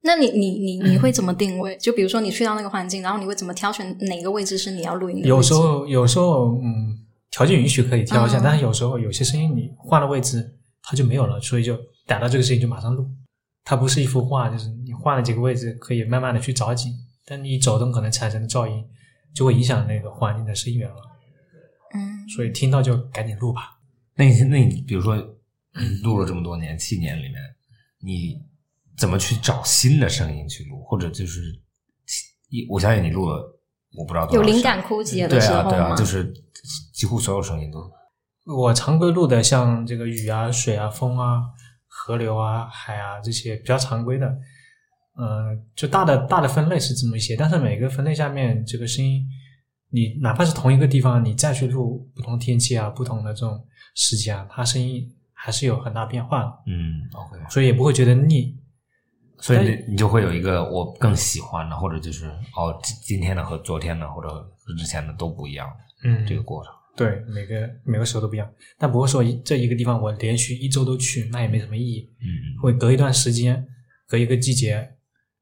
那你你你你会嗯怎么定位？就比如说你去到那个环境，然后你会怎么挑选哪个位置是你要录音的？有时，候，有时候，嗯，条件允许可以挑一下，嗯但是有时候有些声音你换了位置它就没有了，所以就逮到这个声音就马上录。它不是一幅画，就是你换了几个位置可以慢慢的去找景，但你走动可能产生的噪音就会影响那个环境的声源了，嗯，所以听到就赶紧录吧。那你那你比如说，你录了这么多年，七年里面，你怎么去找新的声音去录，或者就是，一我相信你录了，我不知道多有啊少灵声感枯竭对的时啊候对啊，吗就？是几乎所有声音都我常规录的像这个雨啊、水啊、风啊、河流啊、海啊这些比较常规的，呃，就大的大的分类是这么一些，但是每个分类下面这个声音，你哪怕是同一个地方，你再去录不同天气啊、不同的这种时间啊，它声音还是有很大变化的，嗯 OK，所以也不会觉得腻。所以你你就会有一个我更喜欢的，或者就是哦今今天的和昨天的或者和之前的都不一样，嗯这个过程。对，每个每个时候都不一样，但不会说一这一个地方我连续一周都去，那也没什么意义。嗯会隔一段时间，隔一个季节，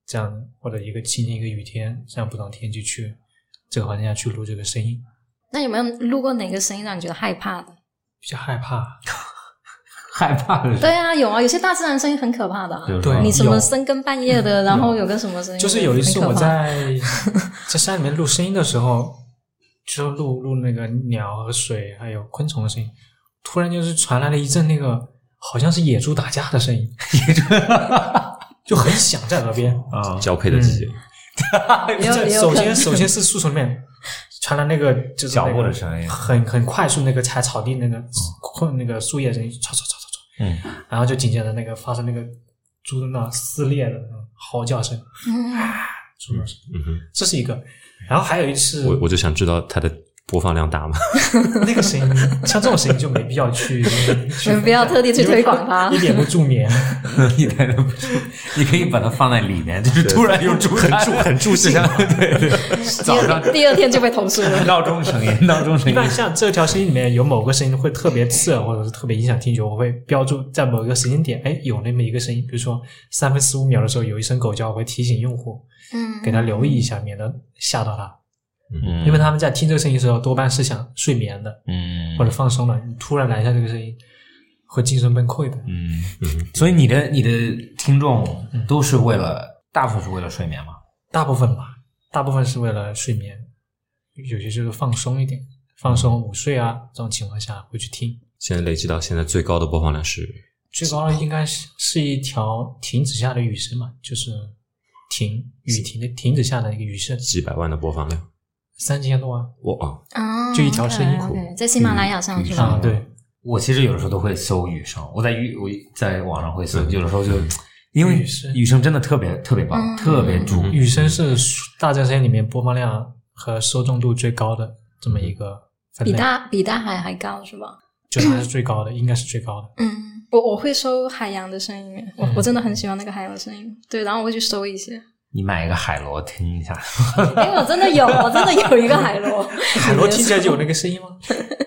这样或者一个晴天一个雨天，这样不同天气去这个环境下去录这个声音，那有没有录过哪个声音让你觉得害怕的？比较害怕。 <laughs> 害怕的是对啊，有啊，有些大自然声音很可怕的啊、比如对说你什么有深更半夜的，然后有个什么声音，就是有一次很可我怕在在山里面录声音的时候，就录录那个鸟和水还有昆虫的声音，突然就是传来了一阵那个好像是野猪打架的声音，就很响在耳边。啊，交配的季节， <laughs> 也有也有首可先能首先是树丛里面传来那个就是那个脚步的声音很很快速那个踩草地那个困那个树叶声音，唰唰唰唰嗯，唰，然后就紧接着那个发生那个猪的那撕裂的那种嚎叫声，嗯 <laughs> 猪的声音嗯哼，嗯这是一个。然后还有一次，我我就想知道它的播放量大吗？那个声音，像这种声音就没必要 <laughs> 去，去不要特地去推广它一点不助眠。 <laughs> 一点都不助，你可以把它放在里面，就是突然有助很助很助兴，对对，第早二上天第二天就被投诉 <laughs> 了。闹钟声音，闹钟声一音般像这条声音里面有某个声音会特别刺耳，或者是特别影响听觉，我会标注在某一个时间点，哎，有那么一个声音，比如说三分十五秒的时候有一声狗叫，我会提醒用户嗯，给他留意一下，免得吓到他，嗯因为他们在听这个声音的时候多半是想睡眠的嗯或者放松了，你突然来一下这个声音，会精神崩溃的。嗯，所以你的你的听众都是为了，大部分是为了睡眠嘛？大部分吧，大部分是为了睡眠，有些就是放松一点，放松午睡啊这种情况下会去听。现在累积到现在最高的播放量是最高的应该是是一条停止下的雨声嘛，就是停雨停的停止下的一个雨声，几百万的播放量，三千多万我啊，啊，就一条声音 OK，OK，在喜马拉雅上是嗯啊，吧？对，我其实有的时候都会搜雨声，我在雨我在网上会搜，嗯有的时候就因为雨声雨声真的特别特别棒，嗯特别助。嗯雨声是大战声音里面播放量和受众度最高的这么一个分比类，大比大海还高是吧？就它是最高 <coughs> 的，应该是最高的。嗯，我我会搜海洋的声音，我我真的很喜欢那个海洋的声音。对，然后我会去搜一 <laughs> 些，你买一个海螺听 <laughs> 一下因哎为我真的有，我真的有一个海螺。海螺听起来就有那个声音吗？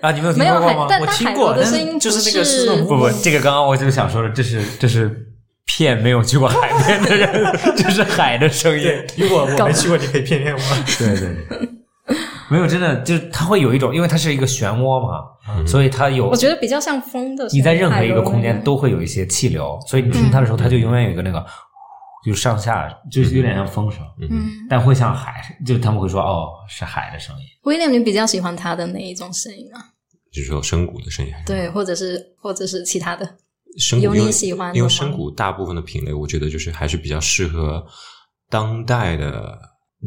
啊，你没有听 <laughs> 没有说过海吗？，但我但听海过螺的但是声音就是不那个是那种不不，这个刚刚我就想说了，这是这是骗没有去过海边 <laughs> 的人，这是海的声音。如果我没去过，你可以骗骗我。 <laughs> 对对对，没有真的就是它会有一种，因为它是一个漩涡嘛，嗯所以它有我觉得比较像风的声音。你在任何一海个螺的空间那个都会有一些气流，所以你听它的时候，它就永远有一个那个，就是上下，就是有点像风声，嗯但会像海，就他们会说哦是海的声音。 ，William，你比较喜欢他的哪一种声音啊？就是说声鼓的声音还是对，或者是或者是其他的？声有鼓，你因为喜欢的因吗为声鼓大部分的品类，我觉得就是还是比较适合当代的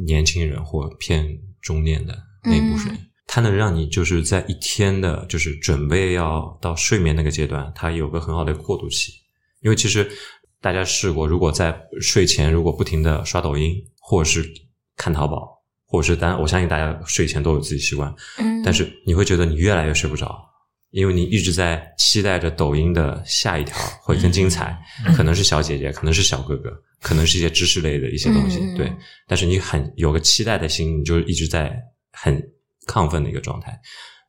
年轻人或偏中年的那部嗯分。它能让你就是在一天的，就是准备要到睡眠那个阶段，它有个很好的过渡期。因为其实大家试过，如果在睡前如果不停的刷抖音，或者是看淘宝，或者是当然我相信大家睡前都有自己习惯，嗯，但是你会觉得你越来越睡不着，因为你一直在期待着抖音的下一 <laughs> 条会更精彩，嗯可能是小姐姐，可能是小哥哥，可能是一些知识类的一些东西，嗯嗯嗯对。但是你很有个期待的心，你就一直在很亢奋的一个状态。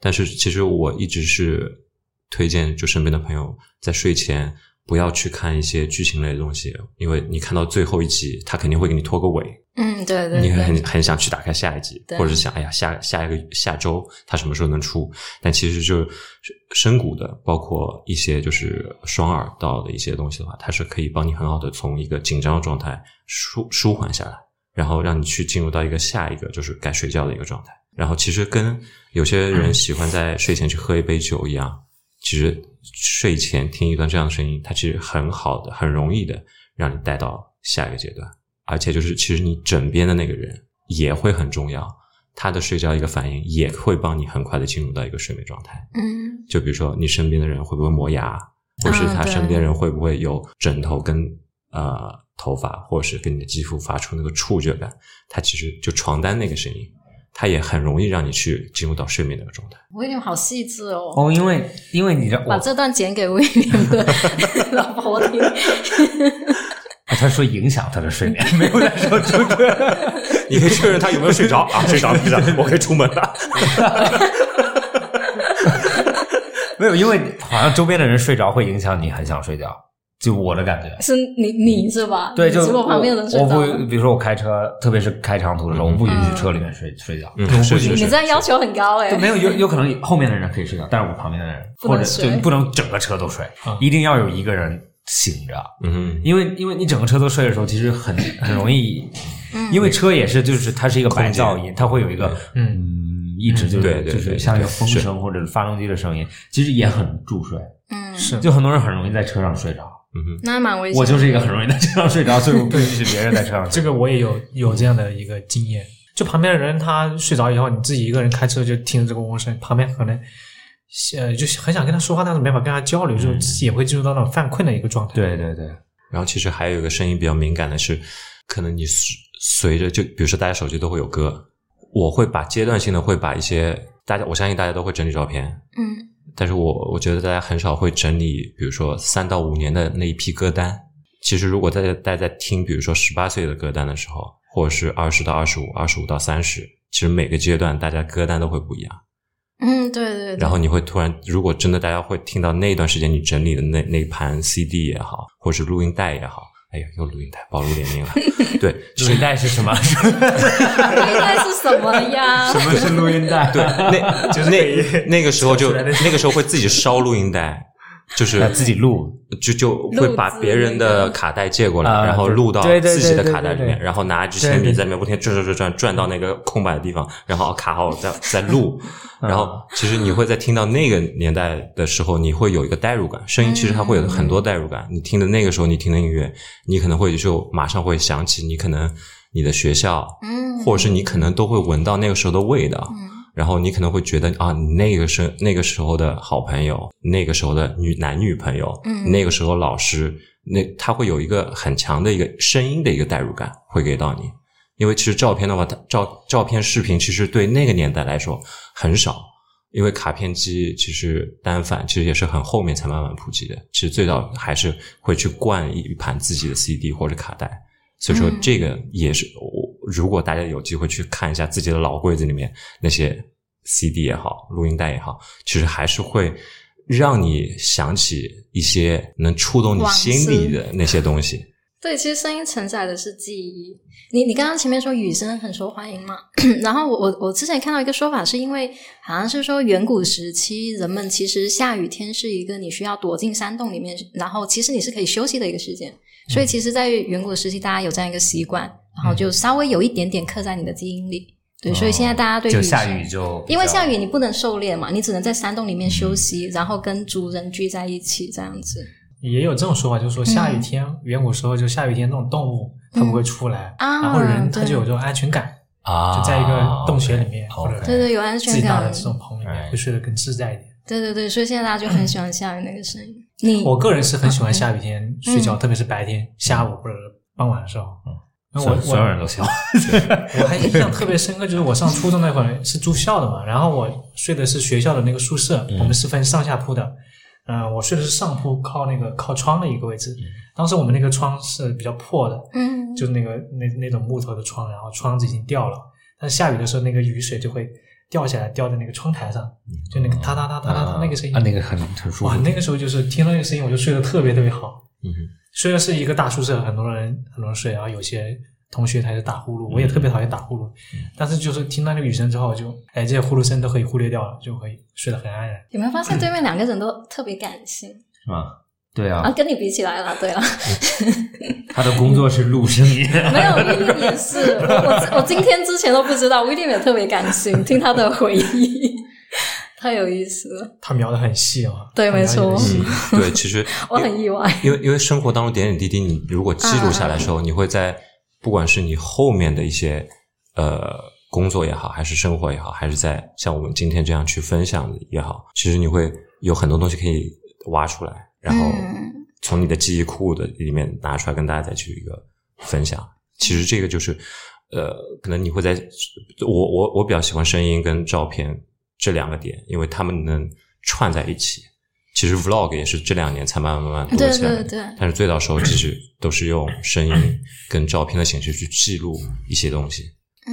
但是其实我一直是推荐，就身边的朋友在睡前不要去看一些剧情类的东西，因为你看到最后一集，他肯定会给你拖个尾，嗯，对对你很对，很很想去打开下一集，对或者是想哎呀下下一个下周它什么时候能出？但其实就是深谷的，包括一些就是双耳道的一些东西的话，它是可以帮你很好的从一个紧张的状态舒舒缓下来，然后让你去进入到一个下一个就是该睡觉的一个状态。然后其实跟有些嗯人喜欢在睡前去喝一杯酒一样，其实睡前听一段这样的声音，它其实很好的、很容易的让你带到下一个阶段。而且就是其实你枕边的那个人也会很重要，他的睡觉一个反应也会帮你很快的进入到一个睡眠状态。嗯就比如说你身边的人会不会磨牙，或是他对身边人会不会有枕头跟呃头发，或是跟你的肌肤发出那个触觉感，它其实就床单那个声音，它也很容易让你去进入到睡眠那个状态。 ，William 好细致哦。哦，因为因为你知道哦我把这段剪给 William 的 <laughs> 老婆听，啊他说影响他的睡眠，没有在说这 <laughs> 个。你可以确认他有没有睡着啊？睡着了，睡着了，我可以出门了。没有，因为好像周边的人睡着会影响你很想睡觉，就我的感觉。是你你是吧？对，你就只我我旁边的人睡我着了嗯不，比如说我开车，特别是开长途的时候，我不允许车里面睡睡觉，嗯我不是允是许你这样要求很高哎、 <laughs> 对，没有有有可能后面的人可以睡觉，但是我旁边的人不能或者睡就不能整个车都睡啊，一定要有一个人醒着，嗯，因为因为你整个车都睡的时候，其实很很容易，嗯因为车也是就是它是一个白噪音，它会有一个嗯，嗯一直就对是对就对是像一个对风是声或者发动机的声音，其实也很助睡，嗯， <laughs> 是就很多人很容易在车上睡着，嗯哼。那还蛮危险的。我就是一个很容易在车上睡着，所以我不允许别人在车上睡。这个我也有有这样的一个经验，就旁边的人他睡着以后，你自己一个人开车就听着这个嗡嗡声，旁边可能呃就是很想跟他说话，但是没法跟他交流，就自己也会进入到那种犯困的一个状态。对对对，然后其实还有一个声音比较敏感的是，可能你随随着就比如说大家手机都会有歌，我会把阶段性的会把一些大家我相信大家都会整理照片，嗯但是我我觉得大家很少会整理，比如说三到五年的那一批歌单。其实如果大家大家在听，比如说十八岁的歌单的时候，或者是二十到二十五、二十五到三十，其实每个阶段大家歌单都会不一样。嗯，对对对。然后你会突然，如果真的大家会听到那段时间你整理的那那盘 CD 也好，或者是录音带也好，哎呀，又录音带暴露年龄了。对，录音带是 <laughs> 什么？啊应该是什么呀？什么 <laughs> 是录音带？对，那就是那那个时候就扯出来的那个时候会自己烧录音带， <laughs> 就是自己录，就就会把别人的卡带借过来，啊然后录到对对对自己的卡带里对对面，对然后拿一支铅笔在里面不停地转转转转转到那个空白的地方，然后哦卡好再再录。嗯 <laughs> 然后其实你会在听到那个年代的时候，你会有一个代入感，声音其实它会有很多代入感。你听的那个时候你听的音乐，你可能会就马上会想起你可能你的学校，嗯，或者是你可能都会闻到那个时候的味道。嗯然后你可能会觉得啊，你那个是那个时候的好朋友，那个时候的女男女朋友，嗯那个时候老师，那他会有一个很强的一个声音的一个代入感，会给到你。因为其实照片的话，它照照片、视频其实对那个年代来说很少，因为卡片机其实单反其实也是很后面才慢慢普及的，其实最早还是会去灌一盘自己的 CD 或者卡带。所以说嗯这个也是我，如果大家有机会去看一下自己的老柜子里面那些 CD 也好，录音带也好，其实还是会让你想起一些能触动你往事心里的那些 <laughs> 东西。对，其实声音承载的是记忆。你你刚刚前面说雨声很受欢迎嘛， <clears throat> 然后我我我之前看到一个说法，是因为好像是说远古时期人们其实下雨天是一个你需要躲进山洞里面，然后其实你是可以休息的一个时间，嗯所以其实，在远古时期大家有这样一个习惯，然后就稍微有一点点刻在你的基因里。对，所以现在大家对就雨下声雨就比因较为下雨你不能狩猎嘛，你只能在山洞里面休息，然后跟族人聚在一起这样子也有这种说法，嗯就是说下雨天，远古时候就下雨天，那种动物它不会出来，啊。然后人他对就有这种安全感，啊，就在一个洞穴里面，或 OK，OK 者对对有安全自己搭的感这种棚里面，哎会睡得更自在一点。对对对，所以现在大家就很喜欢下雨那个声音。你我个人是很喜欢下雨天睡嗯觉，特别是白天、下午或者傍晚的时候。嗯因为我所所有人我都笑。我还印象特别深刻，就是我上初中那会儿是住校的嘛，然后我睡的是学校的那个宿舍，嗯我们是分上下铺的。嗯、我睡的是上铺，靠那个靠窗的一个位嗯置。当时我们那个窗是比较破的，嗯，就是那个那那种木头的窗，然后窗子已经掉了，但是下雨的时候那个雨水就会掉下来，掉在那个窗台上，就那个哒哒哒哒哒哒那个声音啊，那个很很舒服。哇，那个时候就是听到那个声音，我就睡得特别特别好。嗯哼，虽然是一个大宿舍，很多人很多人睡，然后有些同学他就打呼噜，我也特别讨厌打呼噜，但是就是听到那个雨声之后就，哎，这些呼噜声都可以忽略掉了，就可以睡得很安然。有没有发现对面两个人都特别感性是吧？对啊啊？，跟你比起来啦，对啦， <laughs> 他的工作是录声音。没有威廉也是，我我我今天之前都不知道威廉也特别感性，听他的回忆 <laughs> 太有意思了，他描的很细啊，对他描得没错很细嗯，对，其实我很意外。因为因为生活当中点点滴滴，你如果记录下来的时候，你会在不管是你后面的一些呃工作也好，还是生活也好，还是在像我们今天这样去分享的也好，其实你会有很多东西可以挖出来，然后嗯从你的记忆库的里面拿出来跟大家再去一个分享。其实这个就是呃，可能你会在我我我比较喜欢声音跟照片这两个点，因为他们能串在一起。其实 vlog 也是这两年才慢慢慢慢多对起来的，对对但是最早时候其实都是用声音跟照片的形式去记录一些东西，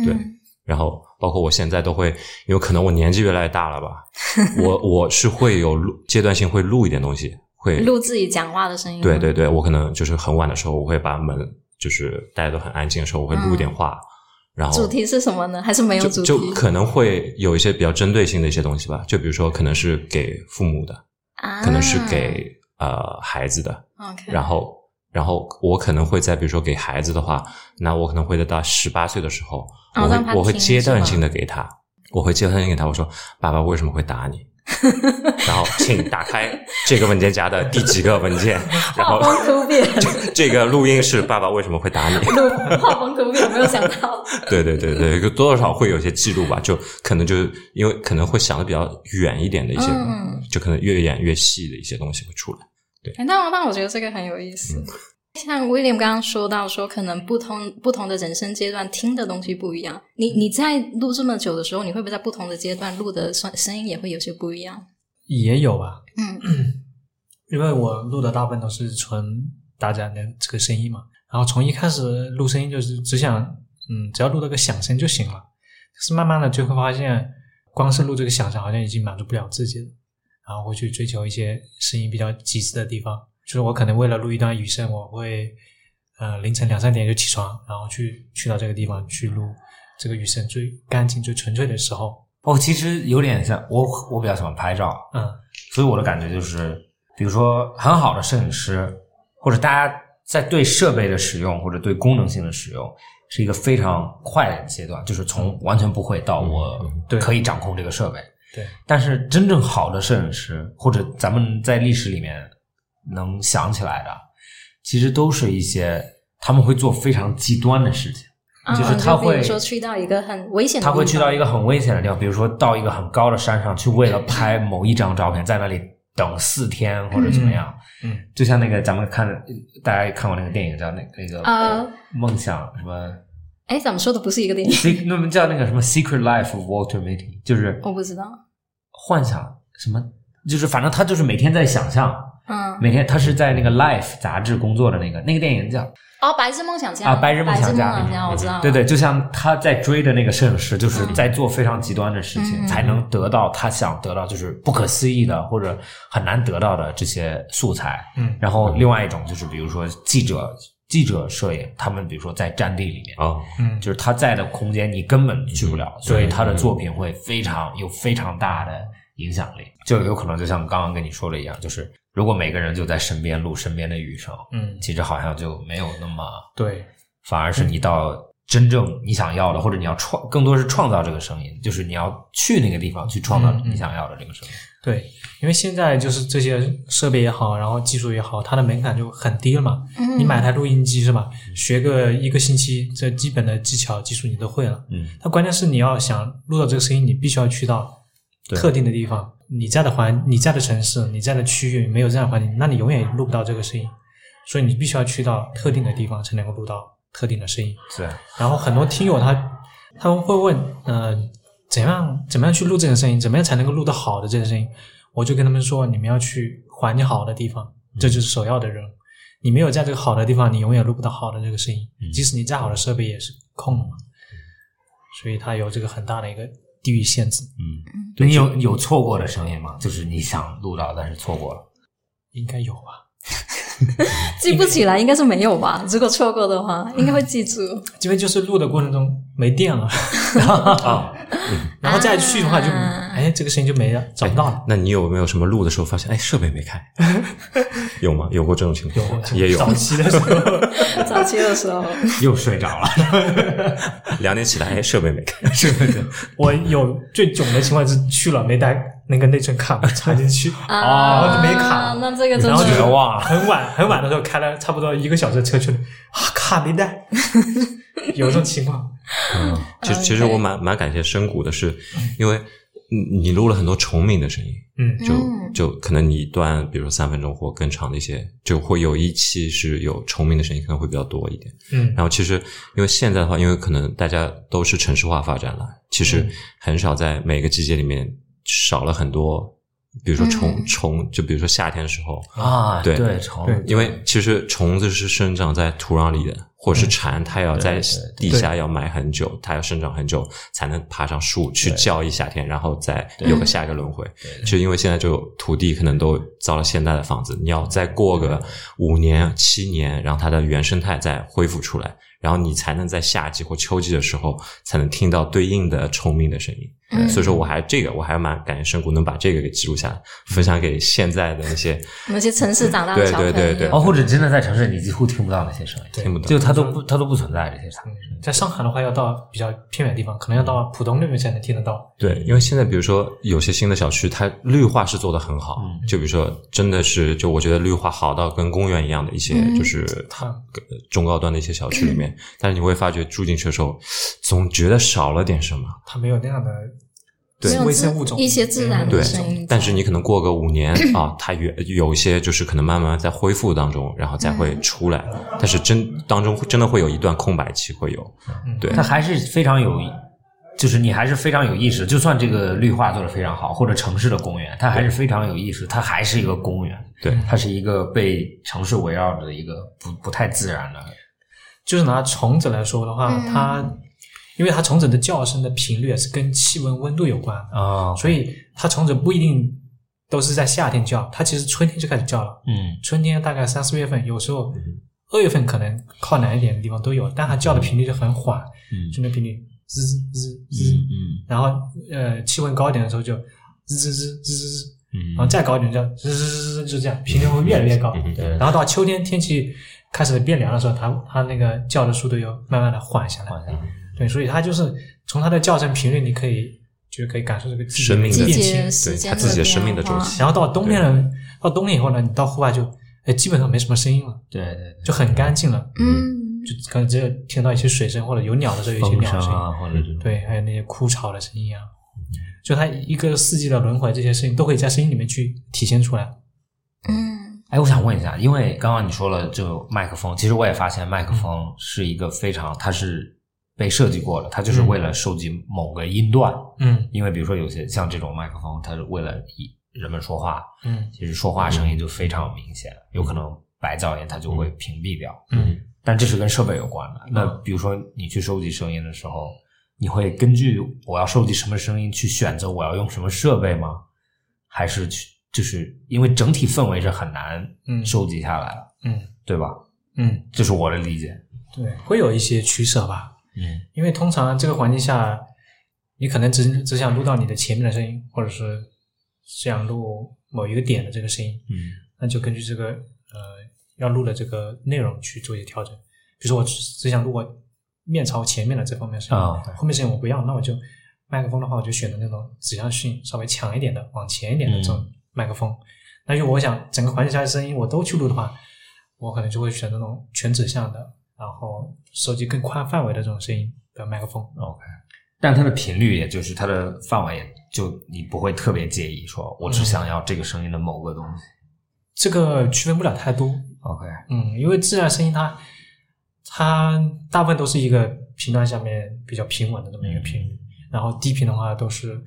对嗯然后包括我现在都会，因为可能我年纪越来越大了吧，我我是会有录阶段性会录一点东西， <laughs> 会录自己讲话的声音，对对，对，我可能就是很晚的时候，我会把门就是大家都很安静的时候，我会录一点话，然嗯后主题是什么呢？还是没有就主就题可能会有一些比较针对性的一些东西吧，就比如说可能是给父母的，啊？可能是给、呃孩子的， OK，然后，然后我可能会在比如说给孩子的话，那我可能会在到十八岁的时候，哦我让他会我会听阶是段吗性的给他，我会阶段性给他，我说爸爸为什么会 <laughs> 打你？然后，请打开这个文件夹的第几个 <laughs> 文件，然画后风突 <laughs> 变，这 <laughs> 这个录音是爸爸为什么会打 <laughs> 你？录画风突变，我没有想到。 <laughs> 对对对对，多多少少会有一些记录吧，就可能就是因为可能会想的比较远一点的一些，嗯就可能越演越细的一些东西会出来。哎，那那我觉得这个很有意思。像 William 刚刚说到说，可能不同不同的人生阶段听的东西不一样。你你在录这么久的时候，你会不会在不同的阶段录的声声音也会有些不一样？也有吧，嗯因为我录的大部分都是纯大自然的这个声音嘛，然后从一开始录声音就是只想，嗯，只要录到个响声就行了。但是慢慢的就会发现，光是录这个响声好像已经满足不了自己了，然后会去追求一些声音比较极致的地方。就是我可能为了录一段雨声，我会呃凌晨两三点就起床，然后去去到这个地方去录这个雨声最干净、最纯粹的时候。哦，其实有点像我，我比较喜欢拍照，嗯所以我的感觉就是，比如说很好的摄影师，或者大家在对设备的使用或者对功能性的使用，是一个非常快的阶段，就是从完全不会到我嗯对可以掌控这个设备。对，但是真正好的摄影师，或者咱们在历史里面能想起来的，其实都是一些他们会做非常极端的事情。啊，就是他比会如说去到一个很危险的地他方，会去到一个很危险的地方，比如说到一个很高的山上去，为了拍某一张照片，在那里等四天或者怎么样。嗯，就像那个咱们看，大家也看过那个电影叫那那个呃梦想什么哎，咱们说的不是一个电影， ，sec 那么叫那个什么 Secret Life of Walter Mitty，就是我不知道。幻想什么，就是反正他就是每天在想象，嗯，每天他是在那个 Life 杂志工作的那个那个电影叫哦，白日梦想家啊白日梦想家白日梦想家，我知道。对，对，就像他在追的那个摄影师，就是在做非常极端的事情，嗯才能得到他想得到，就是不可思议的或者很难得到的这些素材。嗯然后另外一种就是，比如说记者、记者摄影，他们比如说在战地里面，哦，嗯，就是他在的空间你根本去不了，所以他的作品会非常有非常大的影响力，就有可能就像刚刚跟你说的一样，就是如果每个人就在身边录身边的雨声，嗯其实好像就没有那么。对反而是你到真正你想要的，或者你要创，更多是创造这个声音，就是你要去那个地方去创造嗯嗯你想要的这个声音。对，因为现在就是这些设备也好，然后技术也好，它的门槛就很低了嘛。嗯你买台录音机是吧？学个一个星期，这基本的技巧技术你都会了。嗯，但关键是你要想录到这个声音，你必须要去到对特定的地方，你在的环、你在的城市、你在的区域没有这样的环境，那你永远录不到这个声音。所以你必须要去到特定的地方才能够录到特定的声音。是，然后很多听友他他们会问，呃，怎样怎么样去录这种声音，怎么样才能够录得好的这种声音？我就跟他们说，你们要去环境好的地方，这就是首要的任务。你没有在这个好的地方，你永远录不到好的这个声音，嗯即使你再好的设备也是空的嘛。所以它有这个很大的一个地域限制，嗯，对你有有错过的声音吗？就是你想录到，但是错过了。应该有吧？记不起来，应该是没有吧？如果错过的话，应该会记住。因为就是录的过程中没电了，然后 <laughs> 然后再去的话就啊哎这个声音就没了，找不到了。那你有没有什么录的时候发现，哎，设备没 <laughs> 开？有吗？有过这种情有况？也有。早期的时候，早期的时候，哎又睡着了，两点起来，哎，设备没开。是不是？ <laughs> 我有最囧的情况是去了没带那个内存卡嘛插进 <laughs> 去，然后啊，就没卡了那这个真然后就的绝望了。很晚很晚的时候开了差不多一个小时的车去了，啊卡没 <laughs> 带，有这种情况。嗯 <laughs> 其实，其实 OK 我蛮蛮感谢深谷的是，因为你你录了很多重名的声音，嗯就嗯就可能你一段，比如说三分钟或更长的一些，就会有一期是有重名的声音，可能会比较多一点。嗯然后其实因为现在的话，因为可能大家都是城市化发展了，其实嗯很少在每个季节里面少了很多，比如说虫嗯虫，就比如说夏天的时候，啊，对对，虫对因为其实虫子是生长在土壤里的，或者是蝉，它要在对对地下要埋很久，它要生长很久才能爬上树去交易夏天，然后再有个下一个轮回。就因为现在就土地可能都造了现代的房子，你要再过个五年七年，让它的原生态再恢复出来，然后你才能在夏季或秋季的时候才能听到对应的虫鸣的声音。嗯所以说，我还这个我还蛮感谢深谷能把这个给记录下来，分享给现在的那些那些城市长大的对小朋友，啊对对对哦，或者真的在城市，你几乎听不到那些声音，听不懂。就它都不，它都不存在这些声音。嗯，在上海的话要到比较偏远的地方，可能要到浦东那边才能听得到。对，因为现在比如说有些新的小区，它绿化是做得很好，嗯就比如说真的是，就我觉得绿化好到跟公园一样的一些，嗯就是它呃中高端的一些小区里面，但是你会发觉住进去的时候，总觉得少了点什么。它没有那样的对没有微自生物种一些自然对的声音在，但是你可能过个五年啊，它有有一些就是可能慢慢在恢复当中，然后再会出来。但是真当中真的会有一段空白期会有，对它还是非常有，就是你还是非常有意识。就算这个绿化做的非常好，或者城市的公园，它还是非常有意识，它还是一个公园，嗯对，它是一个被城市围绕着的一个不不太自然的。就是拿虫子来说的话，嗯它因为它虫子的叫声的频率也啊是跟气温、温度有关的，啊所以它虫子不一定都是在夏天叫，它其实春天就开始叫了。嗯春天大概三四月份，有时候二月份可能靠南一点的地方都有，但它叫的频率就很缓，嗯就那频率吱吱吱吱吱，嗯然后呃气温高一点的时候就吱吱吱吱吱吱。嗯然后再高一点就吱吱吱吱，就这样，频率会越来越高。嗯对然后到秋天天气开始变凉的时候，它它那个叫的速度又慢慢的缓下来。好像对，所以它就是从它的叫声频率，你可以就可以感受这个季节生命的季变节迁。时间它自己的生命的变化周期然后到冬天了，到冬天以后呢，你到户外就哎基本上没什么声音了，对对对，就很干净了，嗯，就可能只有听到一些水声或者有鸟的时候有一些风鸟声声音，啊，或者嗯这种对，还有那些枯草的声音啊，就它一个四季的轮回，这些事情都可以在声音里面去体现出来。嗯哎，我想问一下，因为刚刚你说了就麦克风，其实我也发现麦克风是一个非常，它是被设计过的，它就是为了收集某个音段。嗯因为比如说有些像这种麦克风，它是为了以人们说话，嗯其实说话声音就非常明显，有可能白噪音它就会屏蔽掉。嗯，但这是跟设备有关的。那比如说你去收集声音的时候，你会根据我要收集什么声音去选择我要用什么设备吗？还是去就是因为整体氛围是很难嗯收集下来的，嗯对吧？嗯，这是我的理解。对，会有一些取舍吧。嗯因为通常这个环境下，你可能只只想录到你的前面的声音，或者是只想录某一个点的这个声音，嗯那就根据这个呃要录的这个内容去做一些调整。比如说我只只想录我面朝前面的这方面声音，啊后面声音我不要，那我就麦克风的话，我就选择那种指向性稍微强一点的、往前一点的这种麦克风。那如果我想整个环境下的声音我都去录的话，我可能就会选那种全指向的，然后收集更宽范围的这种声音的麦克风。 ，OK。但它的频率，也就是它的范围，也就你不会特别介意，说嗯我只想要这个声音的某个东西。这个区分不了太多， OK，嗯，因为自然声音它它大部分都是一个频段下面比较平稳的这么一个频率，然后低频的话都是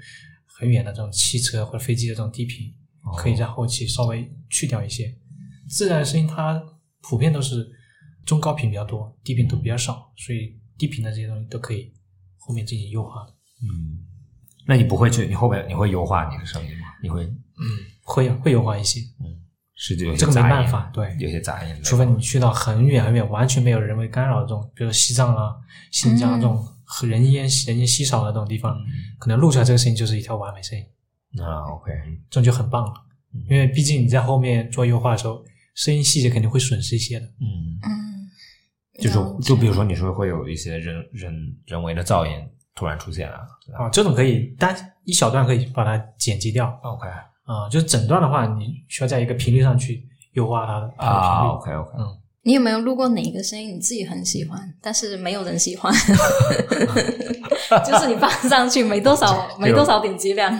很远的这种汽车或者飞机的这种低频，哦可以在后期稍微去掉一些。自然声音它普遍都是中高频比较多，低频都比较少，所以低频的这些东西都可以后面进行优化。嗯，那你不会去，你后面你会优化你的声音吗？你会嗯，会会优化一些，是有些这个没杂音办法对有些杂音的，除非你去到很远很远，完全没有人为干扰的这种，比如西藏啊、新疆啊嗯这种和人烟人烟稀少的这种地方，嗯可能录出来这个声音就是一条完美声音，啊，OK，这种就很棒了。因为毕竟你在后面做优化的时候，声音细节肯定会损失一些的。嗯，嗯，就是就比如说你说会有一些人人人为的噪音突然出现啊对吧啊，这种可以单一小段可以把它剪辑掉，OK 啊、就是整段的话，你需要在一个频率上去优化它的它的啊频率。 ，OK OK，你有没有录过哪一个声音你自己很喜欢，但是没有人喜欢， <laughs> 就是你放上去没多少没多少点击量，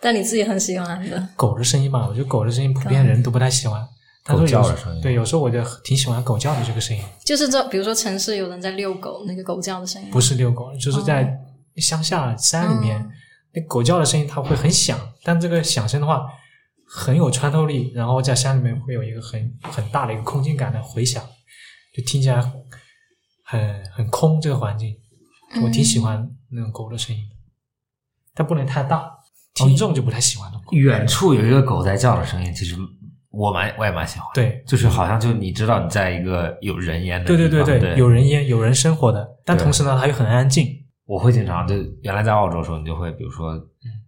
但你自己很喜欢的，狗的声音嘛，我觉得狗的声音普遍人都不太喜欢。但是狗叫有时的声音啊对，有时候我就挺喜欢狗叫的这个声音。就是这，比如说城市有人在遛狗，那个狗叫的声音，不是遛狗，就是在乡下山里面嗯，那狗叫的声音它会很响，但这个响声的话很有穿透力，然后在山里面会有一个很很大的一个空间感的回响，就听起来很很空这个环境，我挺喜欢那种狗的声音的，但不能太大，听众就不太喜欢了。远处嗯有一个狗在叫的声音，其实我蛮我也蛮喜欢，，对就是好像就你知道你在一个有人烟的对对地对方对对，有人烟有人生活的，但同时呢，它又很安静。我会经常就原来在澳洲的时候，你就会比如说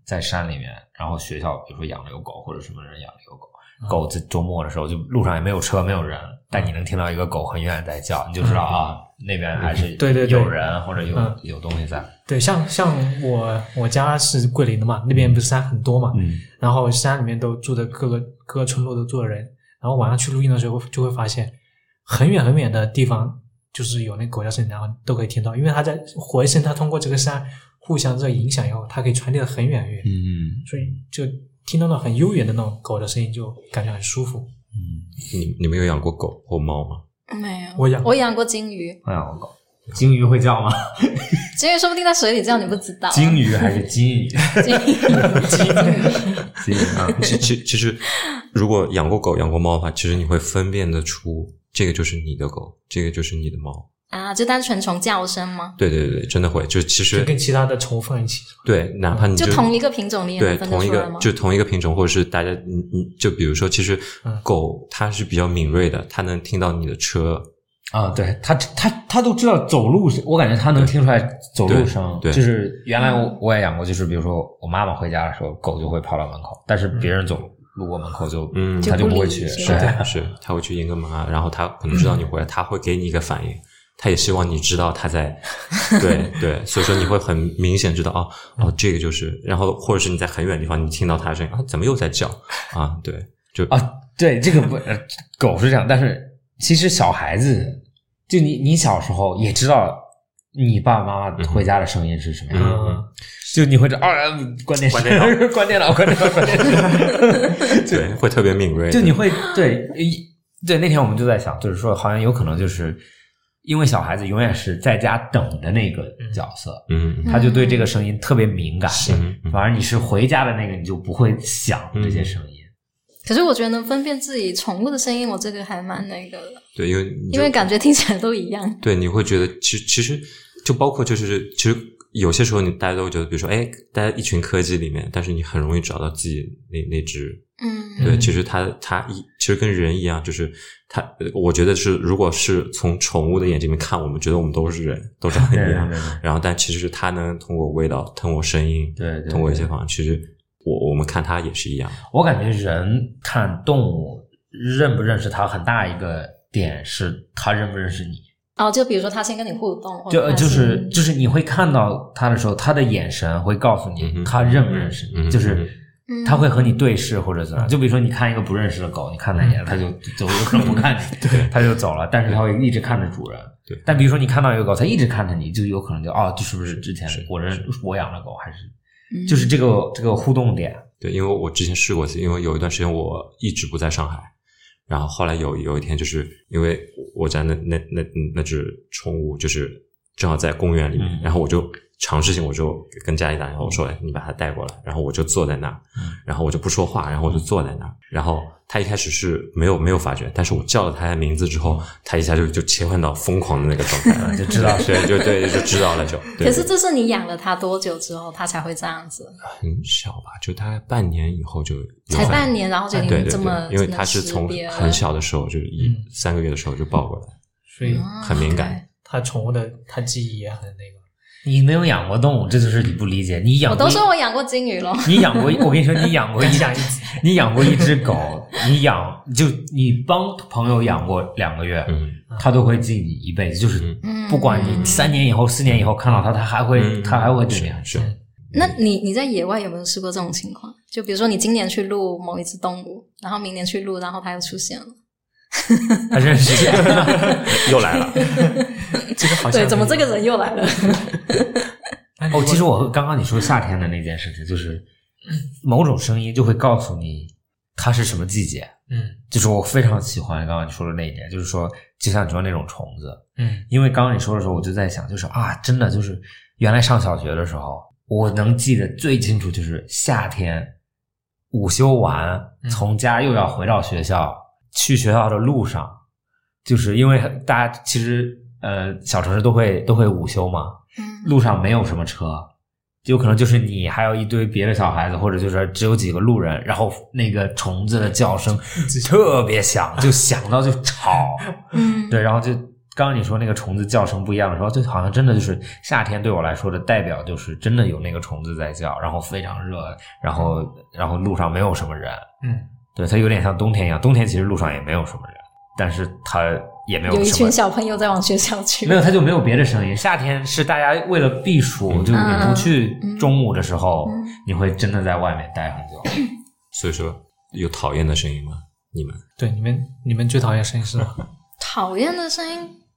在山里面，然后学校比如说养了有狗或者什么人养了有狗，狗在周末的时候就路上也没有车没有人，但你能听到一个狗很远在叫，你就知道啊那边还是对对对有人或者有嗯有东西在，对，像像我我家是桂林的嘛，那边不是山很多嘛，嗯然后山里面都住的各个各个村落都住的人，然后晚上去录音的时候就会发现，很远很远的地方就是有那狗叫声，然后都可以听到，因为它在活一声，它通过这个山互相这影响以后，它可以传递的很远很远，嗯所以就听到那种很悠远的那种狗的声音，就感觉很舒服。嗯你你们有养过狗或猫吗？没有，我养过我养过金鱼，哎呀，我搞金鱼会叫吗？金鱼说不定在水里叫你不知道。啊金鱼还是金 <laughs> 鱼？金鱼，金鱼，金鱼啊，其其其实，如果养过狗、养过猫的话，其实你会分辨得出，这个就是你的狗，这个就是你的猫。啊，就单纯从叫声吗？对对对对，真的会，就其就实跟其他的宠物放一起，对，哪怕你就同一个品种，你也对能分得同一出来个吗？就同一个品种，或者是大家你你就比如说，其实嗯狗它是比较敏锐的，它能听到你的车，啊，对他，他他都知道走路声，我感觉他能听出来走路声。对对就是原来我我也养过，就是比如说我妈妈回家的时候，狗就会跑到门口，但是别人走路过门口就，嗯它就就不不会理去。是对是是，它会去迎个门啊，然后它可能知道你回来，它会给你一个反应。它也希望你知道它在，对对，所以说你会很明显知道哦哦，这个就是，然后或者是你在很远的地方，你听到它的声音啊，怎么又在叫啊？对，就啊，对，这个不，呃狗是这样，但是其实小孩子，就你你小时候也知道你爸爸妈妈回家的声音是什么样的，嗯就你会知道啊，关电视，关电脑关电脑，关电脑，关电 <laughs> 脑，就对，会特别敏锐的。就你会对一对那天我们就在想，就是说好像有可能就是因为小孩子永远是在家等的那个角色，嗯，嗯他就对这个声音特别敏感，嗯嗯反而你是嗯回家的那个，你就不会想这些声音。可是我觉得能分辨自己宠物的声音，我这个还蛮那个的，对，因为你就因为感觉听起来都一样。对你会觉得，其实其实就包括就是其实有些时候你大家都会觉得，比如说哎，大家一群柯基里面，但是你很容易找到自己那那只。嗯，对，嗯其实它它一其实跟人一样，就是它，呃我觉得是如果是从宠物的眼睛里面看，我们觉得我们都是人，都长得一样。 <laughs> 然后，但其实它能通过味道，通过声音，对对对通过一些方法，其实我我们看它也是一样。我感觉人看动物认不认识它，很大一个点是它认不认识你。哦，就比如说他先跟你互动，或就者呃它就是就是你会看到他的时候，他的眼神会告诉嗯你哼他认不认识你，嗯哼就是嗯他会和你对视或者怎样。就比如说你看一个不认识的狗，你看它一眼，它就走，有可能不看你，对，它就走了，但是它会一直看着主人。对但比如说你看到一个狗，它一直看着你，就有可能就哦，这是不是之前是我认我养的狗，还是嗯就是这个这个互动点？对，因为我之前试过一次，因为有一段时间我一直不在上海，然后后来有有一天，就是因为我家那那那那只宠物就是正好在公园里面，嗯然后我就尝试性我就跟家里打电话，嗯我说：“哎，你把它带过来。”然后我就坐在那儿，然后我就不说话，然嗯后我就坐在那儿。然后它一开始是没有没有发觉，但是我叫了它的名字之嗯后，它一下就就切换到疯狂的那个状 <laughs> 态了，就知道是对，就对，就知道了就。对可是这是你养了它多久之后，它才会这样子？很小吧，就大概半年以后就有才反应半年，然后就已嗯哎对经对这么对，因为它是从很小的时候，就是一嗯三个月的时候就抱过来，所以啊很敏感。它宠物的它记忆也很那个。你没有养过动物，这就是你不理解。你养我过都一说我养过金鱼咯，你养过，我跟你说，你养过一养你养过一只狗，你养就你帮朋友养过两个月，嗯，它都会记你一辈子，就是嗯不管你三年以后、四年以后看到它，它还会，嗯它还会对是你。啊嗯是， <laughs> 那你你在野外有没有试过这种情况？就比如说你今年去录某一只动物，然后明年去录，然后它又出现了，它认 <laughs> 识你。又来了，这个好像对，怎么这个人又来 <laughs> 了？哎？哦，其实我刚刚你说夏天的那件事情，就是某种声音就会告诉你它是什么季节。嗯就是我非常喜欢刚刚你说的那一点，就是说，就像你说那种虫子，嗯因为刚刚你说的时候，我就在想，就是啊，真的就是原来上小学的时候，我能记得最清楚就是夏天午休完嗯从家又要回到学校，去学校的路上，就是因为大家其实呃小城市都会都会午休嘛，路上没有什么车。有可能就是你，还有一堆别的小孩子，或者就是只有几个路人，然后那个虫子的叫声特别响，就响到就吵，嗯，对，然后就刚刚你说那个虫子叫声不一样的时候，就好像真的就是夏天对我来说的代表，就是真的有那个虫子在叫，然后非常热，然嗯后然后路上没有什么人，嗯，对，它有点像冬天一样，冬天其实路上也没有什么人，但是它也没有有一什么群。小朋友在往学校去，没有，它就没有别的声音。夏天是大家为了避暑，就是你不去中午的时候，嗯你会真的在外面待很久。 <laughs> 所以说有讨厌的声音吗？你们对，你们你们最讨厌声音是什么？讨厌的声音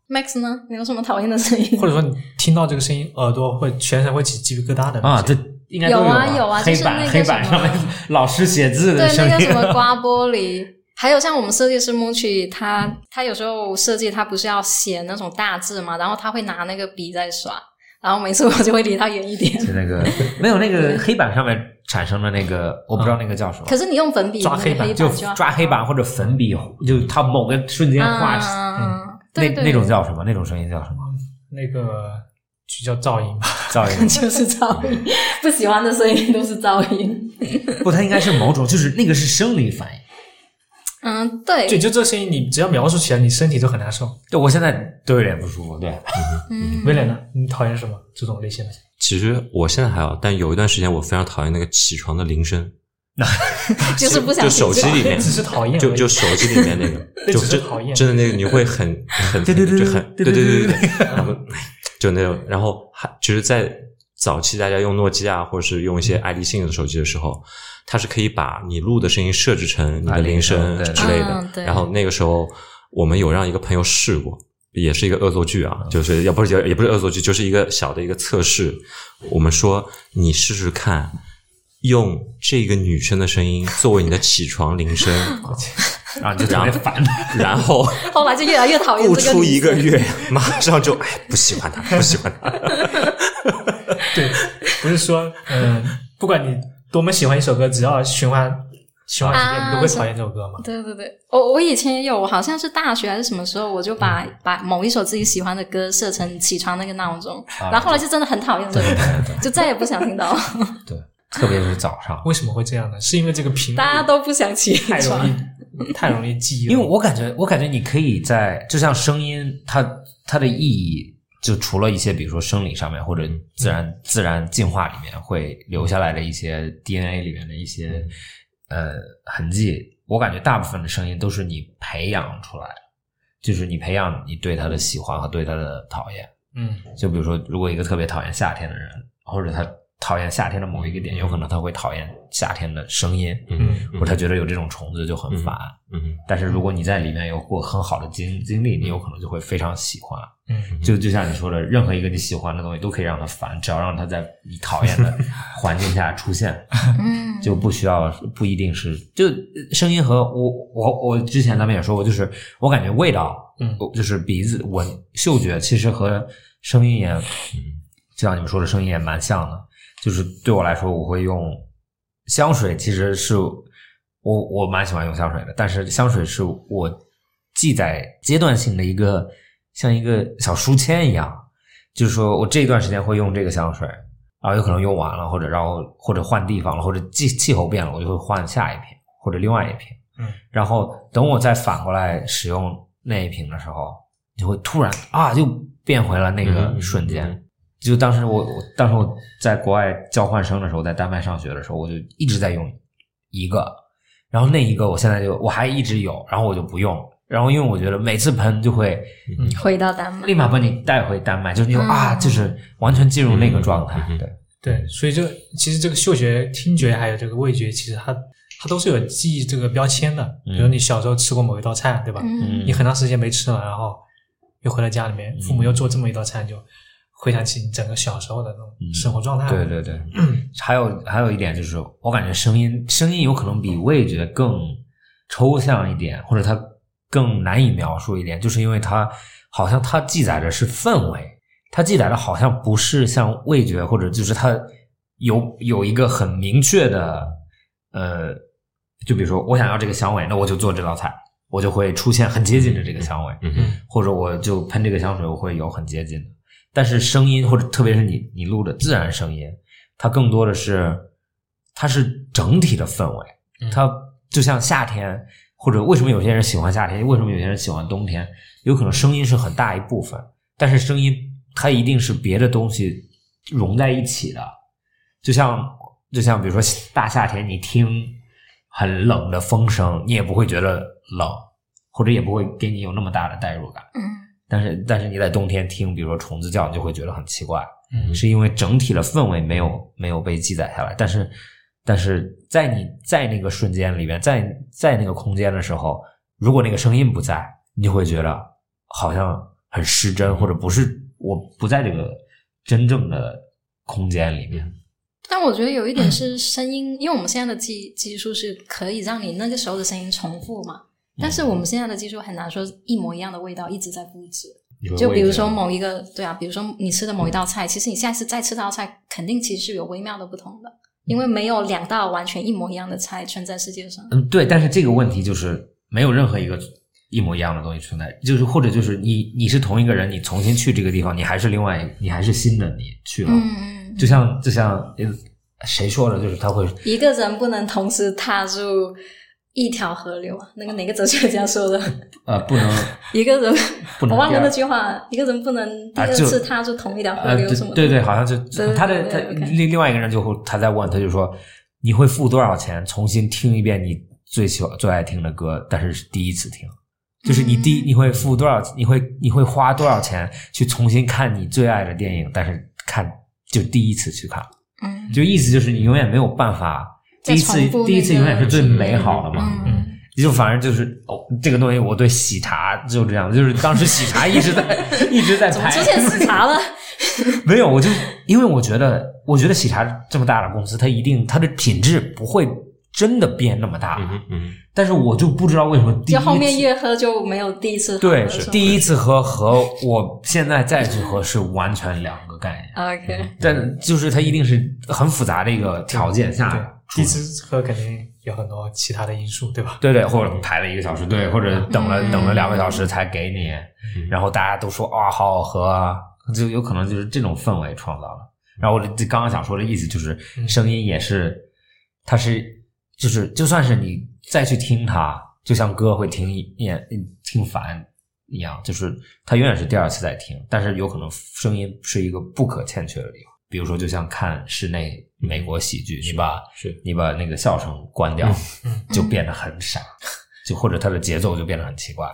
Max 呢？你有什么讨厌的声音？或者说你听到这个声音，耳朵会全身会起鸡皮疙瘩的啊，这应该都有啊啊有啊就黑是那板个黑板什么上面老师写字的对声那个音什，么刮玻璃，还有像我们设计师 Muchi，他他有时候设计他不是要写那种大字嘛，然后他会拿那个笔在刷，然后每次我就会离他远一点。就 <laughs> 那个没有那个黑板上面产生的那个，我不知道那个叫什么。嗯可是你用粉笔抓那个黑黑板就就抓黑板或者粉笔，就它某个瞬间画、啊，那对对，那种叫什么？那种声音叫什么？那个就叫噪音吧。 <laughs> 噪 <laughs> 音？就是噪音，不喜欢的声音都是噪音。不，它应该是某种，就是那个是生理反应。嗯，对，就就这声音，你只要描述起来，你身体都很难受。对，我现在都有点不舒服。对，嗯威廉呢？你讨厌什么这种类型的？其实我现在还好，但有一段时间我非常讨厌那个起床的铃声，就是不想听就手机这个里 <laughs> <laughs> 面只是讨厌而已，就就手机里面那个，那就只是真讨厌真的那个你会很很对对对就对很对对对对对对对，然后就那种，然后还其实，在早期大家用诺基亚或者是用一些爱立信的手机的时候，它是可以把你录的声音设置成你啊的铃铃声声对对之类嗯的，对然后那个时候我们有让一个朋友试过。也是一个恶作剧啊，就是也不是也也不是恶作剧，就是一个小的一个测试。我们说你试试看，用这个女生的声音作为你的起床铃声，然后就特别 <laughs> 烦。然后后来就越来越讨厌不这个。出一个，月，马上就哎不喜欢他，不喜欢他。对，不是说嗯、不管你多么喜欢一首歌，只要循环循环几遍，啊你都会讨厌这首歌嘛。对对对，我我以前也有，我好像是大学还是什么时候，我就把、把某一首自己喜欢的歌设成起床那个闹钟，啊然后后来就真的很讨厌这个歌，就再也不想听到，对，特别是早上，为什么会这样呢？是因为这个频率大家都不想起太容床。易 <laughs> 太容易记忆了，因为我感觉，我感觉你可以在，就像声音，它它的意义，就除了一些比如说生理上面或者自然、自然进化里面会留下来的一些 DNA 里面的一些、呃痕迹，我感觉大部分的声音都是你培养出来的，就是你培养你对它的喜欢和对它的讨厌。嗯就比如说，如果一个特别讨厌夏天的人，或者他讨厌夏天的某一个点，有可能他会讨厌夏天的声音，嗯或者他觉得有这种虫子就很烦。嗯但是如果你在里面有过很好的经经历，你有可能就会非常喜欢。嗯，就就像你说的，任何一个你喜欢的东西都可以让它烦，只要让它在你讨厌的环境下出现，嗯，就不需要不一定是就呃声音和我我我之前咱们也说过，就是我感觉味道，嗯就是鼻子闻嗅觉其实和声音也，就像你们说的声音也蛮像的。就是对我来说，我会用香水，其实是我我蛮喜欢用香水的，但是香水是我记在阶段性的一个像一个小书签一样，就是说我这一段时间会用这个香水，然后有可能用完了，或者然后或者换地方了，或者气气候变了，我就会换下一瓶或者另外一瓶。嗯，然后等我再反过来使用那一瓶的时候，就会突然啊，又变回了那嗯个嗯瞬间。嗯就当时我我当时我在国外交换生的时候，在丹麦上学的时候，我就一直在用一个，然后那一个我现在就我还一直有，然后我就不用，然后因为我觉得每次喷就会回到丹麦立，马把你带回丹麦，就是你就嗯啊，就是完全进入那个状态嗯，嗯嗯对。对，所以这其实这个嗅觉、听觉还有这个味觉，其实它它都是有记忆这个标签的。比嗯如你小时候吃过某一道菜，对吧？嗯，你很长时间没吃了，然后又回到家里面，父嗯母又做这么一道菜，就回想起你整个小时候的那种生活状态。嗯对对对，还有还有一点就是，我感觉声音声音有可能比味觉更抽象一点，或者它更难以描述一点，就是因为它好像它记载的是氛围，它记载的好像不是像味觉或者就是它有有一个很明确的呃，就比如说我想要这个香味，那我就做这道菜，我就会出现很接近的这个香味，嗯嗯或者我就喷这个香水，我会有很接近的。但是声音或者特别是你你录的自然声音，它更多的是它是整体的氛围，嗯它就像夏天或者为什么有些人喜欢夏天，为什么有些人喜欢冬天，有可能声音是很大一部分，但是声音它一定是别的东西融在一起的，就像就像比如说大夏天你听很冷的风声，你也不会觉得冷，或者也不会给你有那么大的代入感。嗯，但是但是你在冬天听，比如说虫子叫，你就会觉得很奇怪，嗯是因为整体的氛围没有没有被记载下来。但是但是在你在那个瞬间里面，在在那个空间的时候，如果那个声音不在，你就会觉得好像很失真，或者不是我不在这个真正的空间里面。但我觉得有一点是声音，因为我们现在的技技术是可以让你那个时候的声音重复嘛，嗯但是我们现在的技术很难说一模一样的味道一直在复制。有个就比如味说道某一个，对啊，比如说你吃的某一道菜，其实你下次再吃这道菜，肯定其实是有微妙的不同嗯的，因为没有两道完全一模一样的菜存在世界上。嗯，对，但是这个问题就是没有任何一个一模一样的东西存在，就是或者就是你你是同一个人，你重新去这个地方，你还是另外一，你还是新的你去了，嗯，嗯就像就像呃谁说的，就是他会一个人不能同时踏入一条河流啊，那个哪个哲学家说的？ <laughs> 呃不能一个人，不能我忘第了二那句话，一个人不能第啊二就次踏入同一条河呃流什么对的。对对，好像就对他的对他对，OK 另另外一个人就会他在问他就说你会付多少钱重新听一遍你最喜欢最爱听的歌，但是是第一次听。就是你第、嗯你会付多少？你会你会花多少钱去重新看你最爱的电影？但是看就第一次去看，嗯，就意思就是你永远没有办法，再第一次重复第一那次个永远是最体验美好的嘛。嗯就反正就是哦，这个东西我对喜茶就这样，就是当时喜茶 <laughs> 一直在一直在怎么排，出现喜茶了？ <laughs> 没有，我就因为我觉得，我觉得喜茶这么大的公司，它一定它的品质不会真的变那么大，嗯哼嗯但是我就不知道为什么第一就后面次越喝就没有第一次喝对了。是吗第一次喝和我现在再去喝是完全两个概念， OK，但就是它一定是很复杂的一个条件下对，出第一来次喝肯定有很多其他的因素，对吧？对对，或者排了一个小时队，或者等了、嗯等了两个小时才给你，嗯然后大家都说啊、好好喝啊，就有可能就是这种氛围创造了。然后我这刚刚想说的意思就是，嗯声音也是，它是就是就算是你再去听它，就像歌会听一厌听烦一样，就是它永远是第二次再听，但是有可能声音是一个不可欠缺的地方。比如说，就像看室内美国喜剧，你把是你把那个笑声关掉，嗯就变得很傻，就或者它的节奏就变得很奇怪。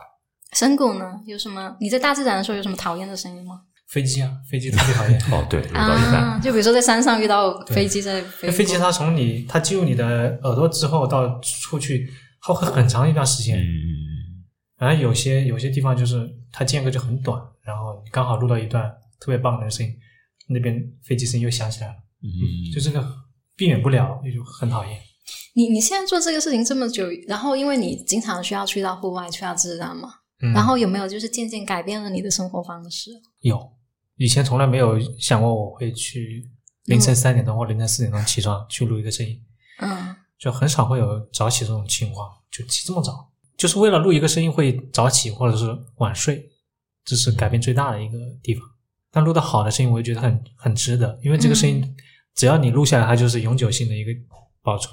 深谷呢？有什么？你在大自然的时候有什么讨厌的声音吗？飞机啊，飞机特 <laughs> 别讨厌。哦，对，录到一半，啊，就比如说在山上遇到飞机在飞那过，飞机它从你它进入你的耳朵之后到出去，它会很长一段时间。嗯，然后有些有些地方就是它间隔就很短，然后你刚好录到一段特别棒的声音，那边飞机声又响起来了，嗯就这个避免不了，就很讨厌。你你现在做这个事情这么久，然后因为你经常需要去到户外，去到自然嘛，嗯然后有没有就是渐渐改变了你的生活方式？有以前从来没有想过我会去凌晨三点钟或凌晨四点钟起床去录一个声音，嗯就很少会有早起这种情况，就起这么早，就是为了录一个声音会早起或者是晚睡，这是改变最大的一个地方。但录的好的声音，我就觉得很很值得，因为这个声音、嗯只要你录下来，它就是永久性的一个保存。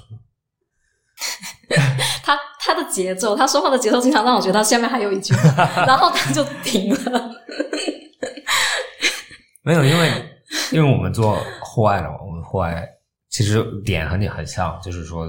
他他的节奏，他说话的节奏经常让我觉得他下面还有一句话，然后他就停了。没有，因为 <laughs> 因为我们做户外的嘛，我们户外其实点和你很像，就是说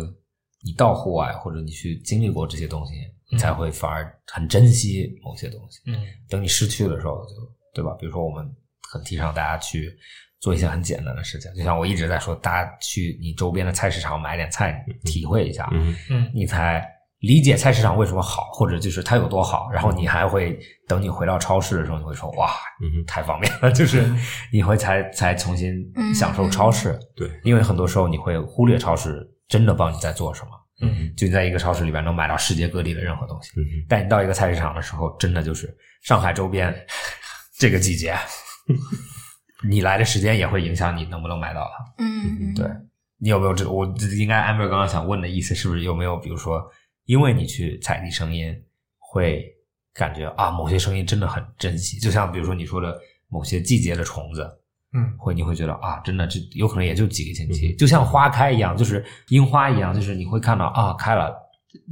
你到户外或者你去经历过这些东西，你才会反而很珍惜某些东西。嗯等你失去的时候就，对吧？比如说，我们很提倡大家去做一些很简单的事情，就像我一直在说，大家去你周边的菜市场买点菜，体会一下，嗯嗯你才理解菜市场为什么好，或者就是它有多好。然后你还会等你回到超市的时候，你会说哇，嗯哼，太方便了， <laughs> 就是你会才才重新享受超市，对，因为很多时候你会忽略超市真的帮你在做什么。嗯就你在一个超市里边能买到世界各地的任何东西，嗯哼，但你到一个菜市场的时候，真的就是上海周边 <laughs> 这个季节， <laughs> 你来的时间也会影响你能不能买到它。嗯，嗯对你有没有这？我这应该 amber 刚刚想问的意思是不是有没有？比如说，因为你去采集声音，会感觉啊，某些声音真的很珍惜，就像比如说你说的某些季节的虫子，嗯会你会觉得啊，真的这有可能也就几个星期，嗯就像花开一样，就是樱花一样，就是你会看到啊开了，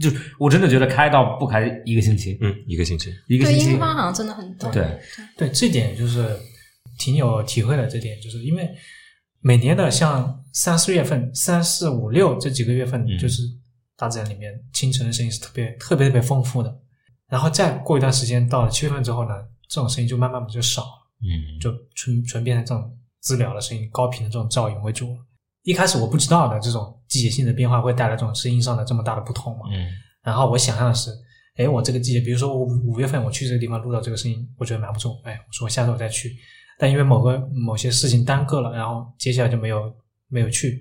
就是我真的觉得开到不开一个星期，嗯，一个星期，一个对，星期樱，花好像真的很多。对，对，这点就是挺有体会的。这点就是因为每年的像三四月份、三四五六这几个月份嗯，就是大自然里面清晨的声音是特别特别特别丰富的。然后再过一段时间，到了七月份之后呢，这种声音就慢慢地就少了，嗯，就纯纯变成这种治疗的声音、高频的这种噪音为主了。一开始我不知道的这种季节性的变化会带来这种声音上的这么大的不同嘛，嗯然后我想象的是，哎，我这个季节，比如说我五五月份我去这个地方录到这个声音，我觉得蛮不错，哎，我说我下次我再去，但因为某个某些事情耽搁了，然后接下来就没有没有去，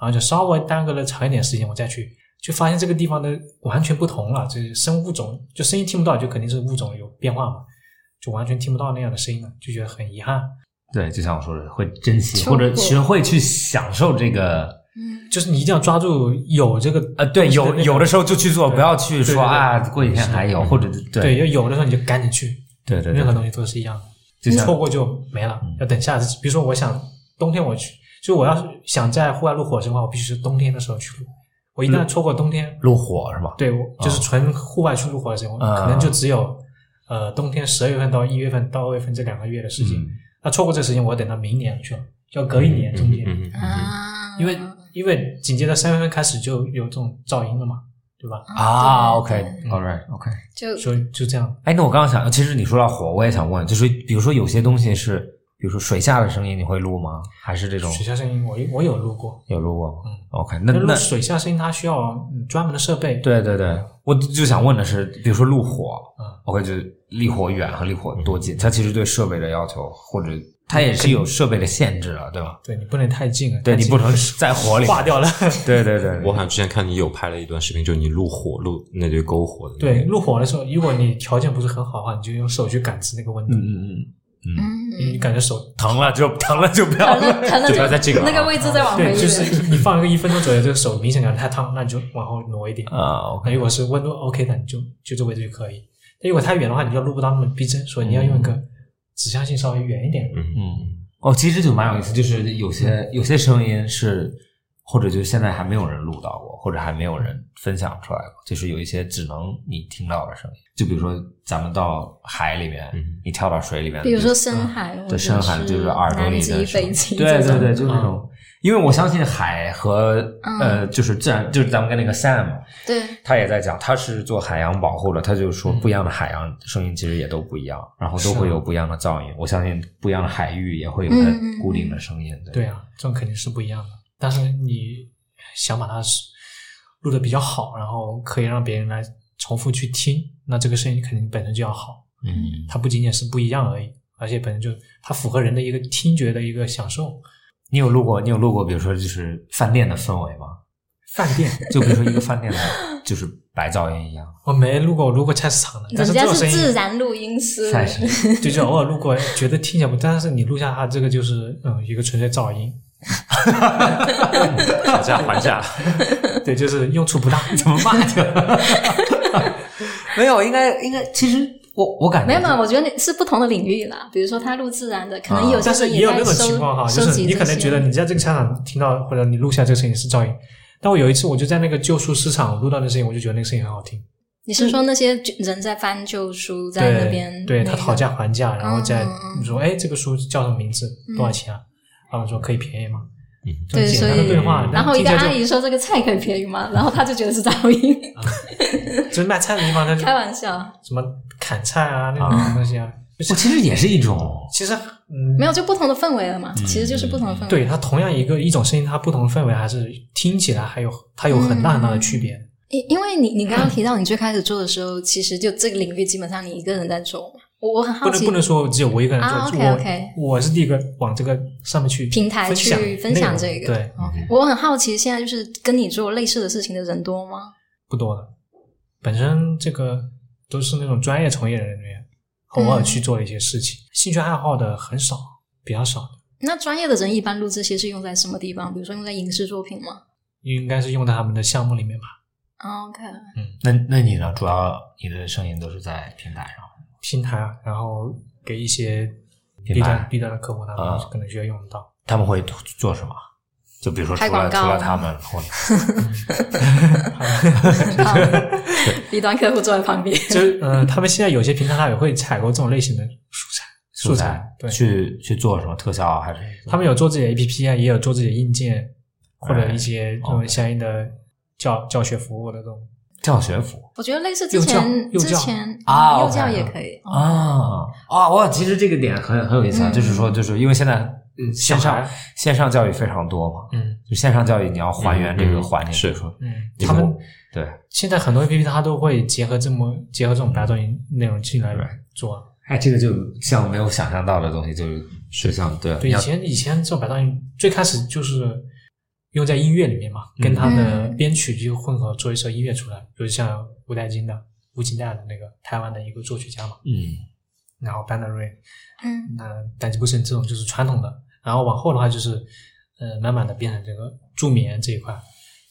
然后就稍微耽搁了长一点时间我再去，就发现这个地方的完全不同了，这声物种就声音听不到，就肯定是物种有变化嘛，就完全听不到那样的声音了，就觉得很遗憾。对，就像我说的，会珍惜收获或者学会去享受这个。嗯，就是你一定要抓住有这个呃，对，有有的时候就去做，对不要去对说对对啊，过几天还有，或者对，要有的时候你就赶紧去，对对任何对，东西都是一样的。就像错过就没了，嗯要等下次。比如说，我想冬天我去，就我要是想在户外录火的话，我必须是冬天的时候去录。我一旦错过冬天，路火是吧？对我就是纯户外去录火的时候，啊可能就只有呃冬天十二月份到一月份到二月份这两个月的时间。嗯那错过这时间，我要等到明年去了，要隔一年中间，嗯嗯嗯嗯啊，因为因为紧接着三月份开始就有这种噪音了嘛，对吧？啊对对对，OK，all right，OK。就所以就这样，哎，那我刚刚想，其实你说到火，我也想问，就是比如说有些东西是，比如说水下的声音，你会录吗？还是这种水下声音我我有录过，有录过吗嗯？OK，那但录那水下声音它需要嗯专门的设备，对对对，我就想问的是，比如说路火嗯，OK，就是离火远和离火多近，它其实对设备的要求，或者它也是有设备的限制了，对吧？对你不能太近了，对太你近不能在火里化 <laughs> 掉了。对对对，我好像之前看你有拍了一段视频，就是你录火录那堆篝火的那个，对，入火的时候，如果你条件不是很好的话，你就用手去感知那个温度，嗯嗯嗯，你嗯，感觉手疼了就疼了就不要谈了， <laughs> 了谈了就不要再进了啊那个位置再往回对，一就点，是你放一个一分钟左右，这个手明显感觉太烫，那你就往后挪一点。啊，OK，那如果是温度 OK 的，你就就这位置就可以。但如果太远的话，你就录不到那么逼真，所以你要用一个指向性稍微远一点。嗯，嗯，哦，其实就蛮有意思，就是有些有些声音是，或者就现在还没有人录到过，或者还没有人分享出来过，就是有一些只能你听到的声音，就比如说咱们到海里面，嗯你跳到水里面，比如说深海，嗯对深海就是耳朵南里的极、声北音极，嗯对对对，对就是那种，因为我相信海和嗯呃，就是自然，就是咱们跟那个 Sam，对，他也在讲，他是做海洋保护的，他就说不一样的海洋声音其实也都不一样，然后都会有不一样的噪音。我相信不一样的海域也会有它嗯嗯嗯固定的声音。对啊，这种肯定是不一样的。但是你想把它是录的比较好，然后可以让别人来重复去听，那这个声音肯定本身就要好。嗯，它不仅仅是不一样而已，而且本身就它符合人的一个听觉的一个享受。你有录过，你有录过，比如说就是饭店的氛围吗？饭店就比如说一个饭店的，就是白噪音一样，我没录过，我录过菜市场的，人但是家这种是声自音然录音师，算是 <laughs> 就是偶尔录过，觉得听起来不，但是你录下它这个就是嗯一个纯粹噪音，讨价还 <laughs> 价，对，就是用处 <laughs> 不大。怎么骂去了？没有，应该应该，其实我我感觉没有没有，我觉得你是不同的领域啦。比如说他录自然的，可能有些但是人也有在那种收情况哈，就收是集你这可能些觉得你在这个菜场听到或者你录下这个声音是噪音，但我有一次我就在那个旧书市场录到那声音，我就觉得那个声音很好听。你是说那些人在翻旧书，在那边嗯对，对那他个讨价还价，然后再嗯嗯你说哎这个书叫什么名字，多少钱啊？然后说可以便宜吗？嗯这种对简所单的以对话，然后但一听个起来阿就姨说这个菜可以便宜吗？然后他就觉得是噪音，就是卖菜的地方，他就开玩笑，什么砍菜啊那种东西啊，就是我其实也是一种，其实嗯，没有就不同的氛围了嘛，其实就是不同的氛围。对它同样一个一种声音，它不同的氛围还是听起来还有它有很大很大的区别。因因为你你刚刚提到你最开始做的时候，其实就这个领域基本上你一个人在做嘛，我我很不好能奇不能说只有我一个人做，啊是 OK，OK 我我是第一个往这个上面去平台去分享内容这个哦对，嗯我很好奇，现在就是跟你做类似的事情的人多吗？不多的。本身这个都是那种专业从业人员，偶嗯尔去做的一些事情，兴趣爱好的很少，比较少的，那专业的人一般录这些是用在什么地方？比如说用在影视作品吗应该是用在他们的项目里面吧。 ？OK，那那你呢？主要你的声音都是在平台上。平台啊，然后给一些品 B 牌端 B 端的客户，他啊们可能需要用得到。他们会做什么？就比如说除拍广了除告了他们，或者好 B 端客户坐在旁边，就嗯，他们现在有些平台它也会采购这种类型的素材，素材对，去去做什么特效啊还是他们有做自己的 APP 啊，也有做自己的硬件或者一些这哦种相应的教教学服务的这种教学服我觉得类似之幼教前幼之教前嗯啊幼 OK 教也可以。哦啊啊！哇，其实这个点很很有意思啊，嗯就是说，就是因为现在呃线上小孩线上教育非常多嘛，嗯就线上教育你要还原这嗯个嗯环境，是比如说嗯，你他跟们我对，现在很多 APP 它都会结合这么结合这种大众内容进来对做。啊哎，这个就像没有想象到的东西，就是是像对啊对，以前以前这种百大音最开始就是用在音乐里面嘛，跟它的嗯编曲就混合做一首音乐出来，比如像吴代金的吴金代的那个台湾的一个作曲家嘛，嗯然后班德瑞，嗯那单机不胜这种就是传统的，然后往后的话就是，呃，慢慢的变成这个助眠这一块，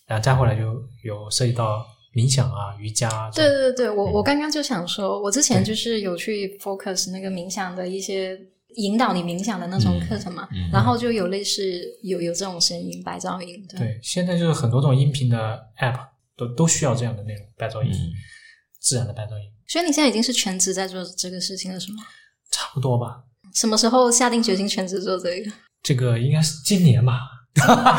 然后再后来就有涉及到冥想啊、瑜伽啊，对，对对，我我刚刚就想说，我之前就是有去 focus 那个冥想的一些引导你冥想的那种课程嘛，嗯然后就有类似有有这种声音白噪音，对，对，现在就是很多这种音频的 app 都都需要这样的内容，白噪音，嗯自然的白噪音，所以你现在已经是全职在做这个事情了，是吗？差不多吧。什么时候下定决心全职做这个？这个应该是今年吧，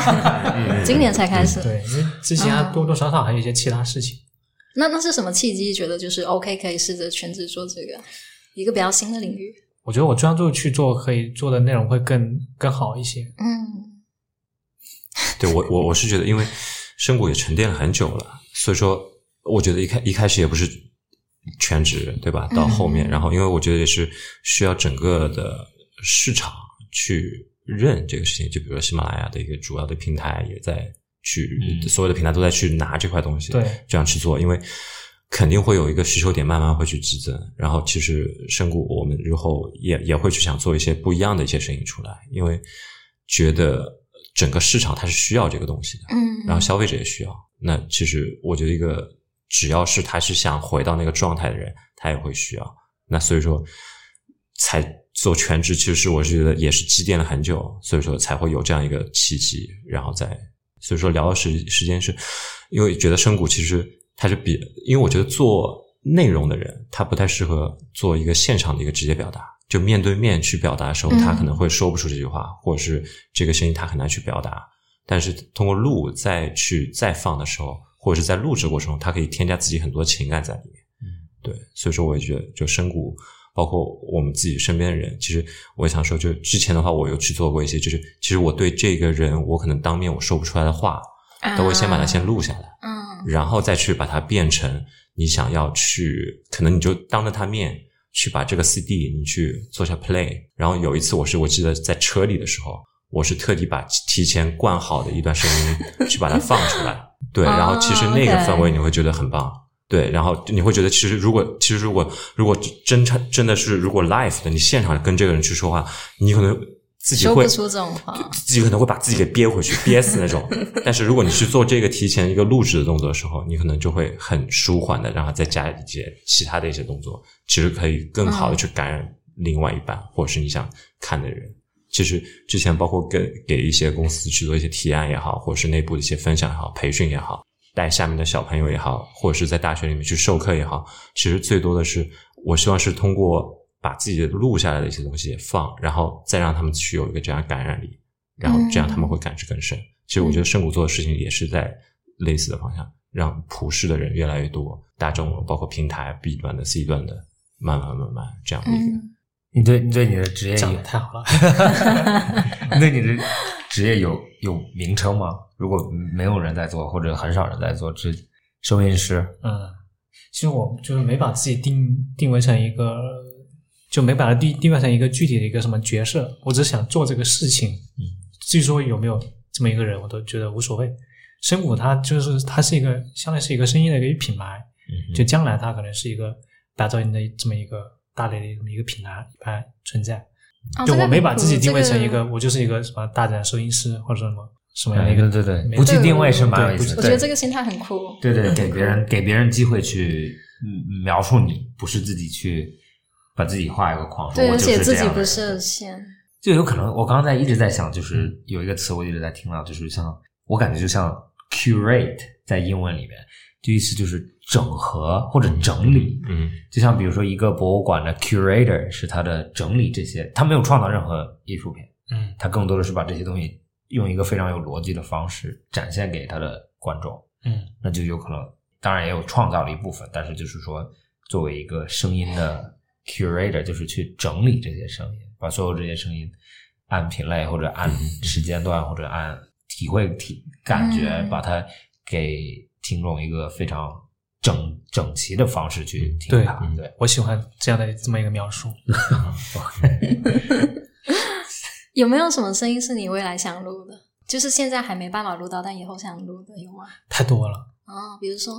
<laughs> 今年才开始。对，因为之前还多多少少还有一些其他事情。那那是什么契机？觉得就是 OK，可以试着全职做这个一个比较新的领域。我觉得我专注去做，可以做的内容会更更好一些。嗯 <laughs> 对我我我是觉得，因为深谷也沉淀了很久了，所以说我觉得一开一开始也不是全职，对吧？到后面，嗯然后因为我觉得也是需要整个的市场去认这个事情，就比如说喜马拉雅的一个主要的平台也在去，嗯所有的平台都在去拿这块东西，对这样去做，因为。肯定会有一个需求点，慢慢会去激增。然后，其实深谷我们日后也也会去想做一些不一样的一些声音出来，因为觉得整个市场它是需要这个东西的。嗯，然后消费者也需要。那其实我觉得一个只要是他是想回到那个状态的人，他也会需要。那所以说才做全职，其实是我是觉得也是积淀了很久，所以说才会有这样一个契机，然后再所以说聊的时时间是，因为觉得深谷其实它是比，因为我觉得做内容的人他不太适合做一个现场的一个直接表达。就面对面去表达的时候，他可能会说不出这句话，或者是这个声音他很难去表达。但是通过录再去再放的时候，或者是在录制过程中，它可以添加自己很多情感在里面。嗯，对，所以说我也觉得，就深谷，包括我们自己身边的人，其实我也想说，就之前的话，我有去做过一些，就是其实我对这个人，我可能当面我说不出来的话，但我先把它先录下来，啊嗯然后再去把它变成你想要去，可能你就当着他面去把这个 CD 你去做一下 play。然后有一次我是我记得在车里的时候，我是特地把提前灌好的一段声音去把它放出 <laughs> 来。对，哦然后其实那个 OK 氛围你会觉得很棒。对，然后你会觉得其实如果其实如果如果真真真的是如果 live 的，你现场跟这个人去说话，你可能自己说会不出这种话，自己可能会把自己给憋回去，憋死那种。但是如果你去做这个提前一个录制的动作的时候，你可能就会很舒缓的让它再加一些其他的一些动作，其实可以更好的去感染另外一半、或者是你想看的人。其实之前包括跟给一些公司去做一些提案也好，或者是内部的一些分享也好、培训也好，带下面的小朋友也好，或者是在大学里面去授课也好，其实最多的是，我希望是通过把自己录下来的一些东西也放，然后再让他们去有一个这样的感染力，然后这样他嗯们会感知更深。其实我觉得圣谷做的事情也是在类似的方向，让普世的人越来越多，大众包括平台 B 端的、C 端的，慢慢慢慢这样的一个。嗯，你对你对你的职业讲有的太好了， <laughs> 你对你的职业有有名称吗？如果没有人在做，或者很少人在做，这收音师，嗯，其实我就是没把自己定定位成一个，就没把它定定位成一个具体的一个什么角色，我只想做这个事情。嗯，至于说有没有这么一个人，我都觉得无所谓。深谷它就是它是一个相当于是一个声音的一个品牌，嗯就将来它可能是一个白噪音的这么一个大类的这么一个品牌品牌存在。哦就这个我没把很酷自己定位成一这个，我就是一个什么大自然收音师或者什么什么样的对啊一个嗯对对没对，不去对定位是蛮有意思对我的。觉得这个个心态很酷。对对，给别人给别人机会去嗯描述你，不是自己去把自己画一个框，说对，我而就是且这自己样的不人设限。就有可能，我刚刚在一直在想，就是有一个词我一直在听到，就是像我感觉就像 curate 在英文里面，就意思就是整合或者整理。嗯，就像比如说一个博物馆的 curator 是他的整理这些，他没有创造任何艺术品，嗯他更多的是把这些东西用一个非常有逻辑的方式展现给他的观众，嗯那就有可能当然也有创造的一部分，但是就是说，作为一个声音的 curator，就是去整理这些声音，把所有这些声音按品类或者按时间段或者按体会体感觉，嗯把它给听众一个非常整整齐的方式去听对它。对，我喜欢这样的这么一个描述。有没有什么声音是你未来想录的？就是现在还没办法录到，但以后想录的有吗？太多了，啊、比如说，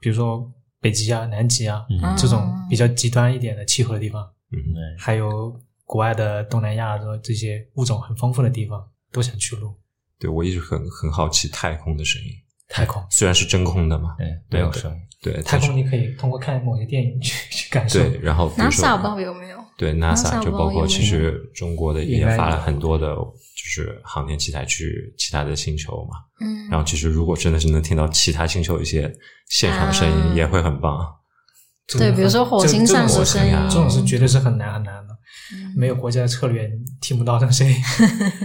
比如说北极啊、南极啊、嗯这种哦比较极端一点的气候的地方，嗯，对还有国外的东南亚的这些物种很丰富的地方，都想去录对我一直很很好奇太空的声音，太空。虽然是真空的嘛，对，哎没有声音。对，太但是空你可以通过看某些电影去 <laughs> 去感受。对，然后比如说 NASA 不知道有没有？对 NASA NASA 不知道有就包没有括其实中国的也研发了很多的，就是航天器材去其他的星球嘛。嗯，然后其实如果真的是能听到其他星球一些现场声啊音，也会很棒。这个很，对比如说火星上嗯的这这种声音这种是绝对是很难很难的，没有国家的策略你听不到这 <laughs> 个声音。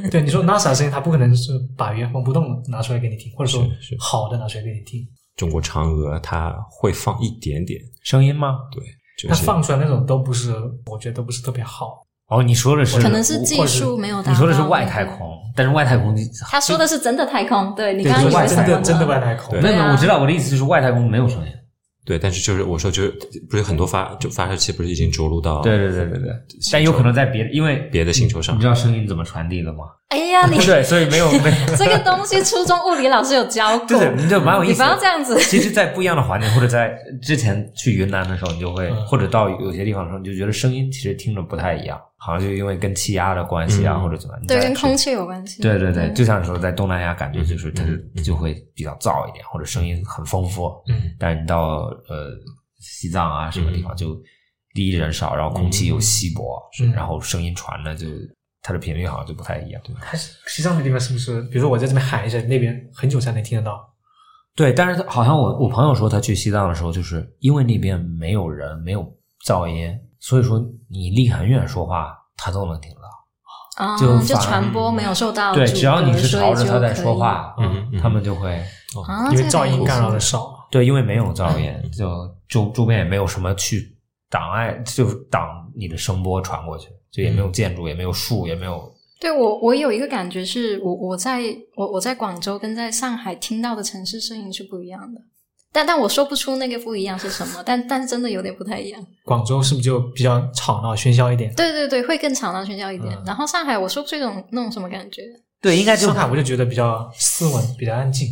对，你说 NASA 的声音，它不可能是把原封不动的拿出来给你听，或者说是是好的拿出来给你听。中国嫦娥它会放一点点，声音吗？对，就它是放出来那种都不是，我觉得都不是特别好。哦，你说的是可能是我技或者术没有达到你说的是外太空，但是外太空你他说的是真的太空，对你对刚刚就是以为外什真么的呢？真的外太空对，没有没有，啊我知道我的意思就是外太空没有声音。对，但是就是我说就是不是很多发就发射器不是已经着陆到对对对对对，但有可能在别的，因为别的星球上你知道声音怎么传递的吗？哎呀， <laughs> 你 <laughs> 对，所以没有没有，这个东西初中物理老师有教过，对对，你就蛮有意你不思要的这。样子。其实，在不一样的环境，或者在之前去云南的时候，你就会，嗯或者到有些地方的时候，你就觉得声音其实听着不太一样，好像就因为跟气压的关系啊，嗯或者怎么样。<laughs> 你对，在跟空气有关系。对对对，嗯就像你说，在东南亚感觉就是它嗯就会比较燥一点，或者声音很丰富。嗯，但是你到呃西藏啊什么地方，就第一人少，然后空气又稀薄，嗯然后声音传的就它的频率好像就不太一样。对它是西藏的地方是不是？比如说我在这边喊一声，那边很久才能听得到。对，但是好像我我朋友说他去西藏的时候，就是因为那边没有人，没有噪音，所以说你离很远说话，他都能听得到。啊，就就反传播没有受到对，阻只要你隔是哦所以朝着就他在可说以话，嗯嗯嗯他们就会啊，因为这个噪很音有干扰的意思少嘛。对，因为没有噪音，就周周边也没有什么去挡碍，就是挡你的声波传过去，就也没有建筑，也没有树，也没有对我，我有一个感觉是，我我在我我在广州跟在上海听到的城市声音是不一样的，但但我说不出那个不一样是什么，但但真的有点不太一样。广州是不是就比较吵闹喧嚣一点？对对对，会更吵闹喧嚣一点。嗯然后上海，我说不出一种那种什么感觉。对，应该就上海我就觉得比较斯文，比较安静。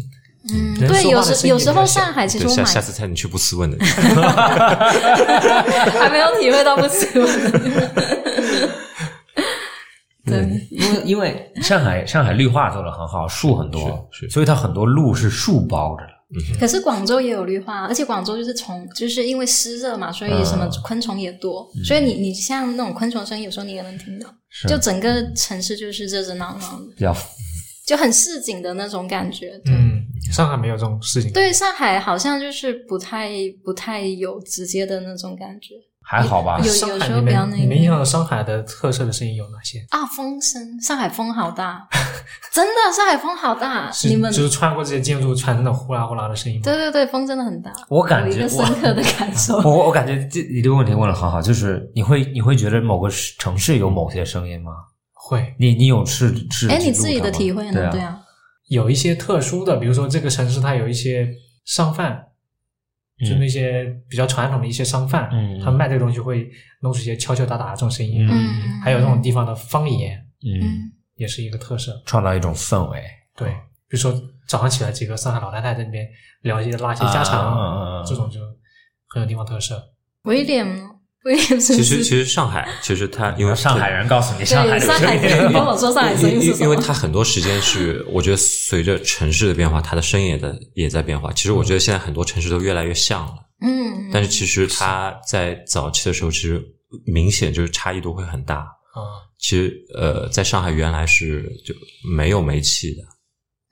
嗯，人对，说话有的声时音有也时比较候小上海其实对我下蛮 <laughs> 下次带你去不斯文的地方，还没有体会到不斯文的。 <laughs> <laughs> 对，因为因为上海上海绿化做的很好，树很多，是是所以它很多路是树包着的。可是广州也有绿化，啊而且广州就是虫，就是因为湿热嘛，所以什么嗯昆虫也多，所以你你像那种昆虫声音，有时候你也能听到。是就整个城市就是热热闹闹的，比较就很市井的那种感觉。对，嗯，上海没有这种事情。对上海好像就是不太不太有直接的那种感觉还好吧有，上海时候你比较那们个你们印象中上海的特色的声音有哪些？啊。风声，上海风好大，真的，上海风好大。是啊你们就是穿过这些建筑传出那呼啦呼啦的声音吗？对对对，风真的很大，我感有一觉个深刻的感受。 <laughs> 我我感觉这你这个问题问的很好，就是你会你会觉得某个城市有某些声音吗？会你你有是是哎，你自己的体会呢？对对啊，啊，有一些特殊的，比如说这个城市它有一些商贩，嗯就那些比较传统的一些商贩，嗯他们卖这个东西会弄出一些敲敲打打的这种声音，嗯，还有这种地方的方言嗯，嗯，也是一个特色。创造一种氛围，对，哦比如说早上起来几个上海老太太在那边聊一些拉一些家常，啊啊啊啊这种就很有地方特色。威廉呢？威廉是不其 <laughs> 实其是？实上海其实它因为上海人告诉你上对，海的上海声音人，你跟我说上海声因音因是什因为么？它很多时间是，我觉得随着城市的变化，它的声音也在也在变化。其实我觉得现在很多城市都越来越像了，嗯，但是其实它在早期的时候，其实明显就是差异度会很大。啊、其实呃，在上海原来是就没有煤气的，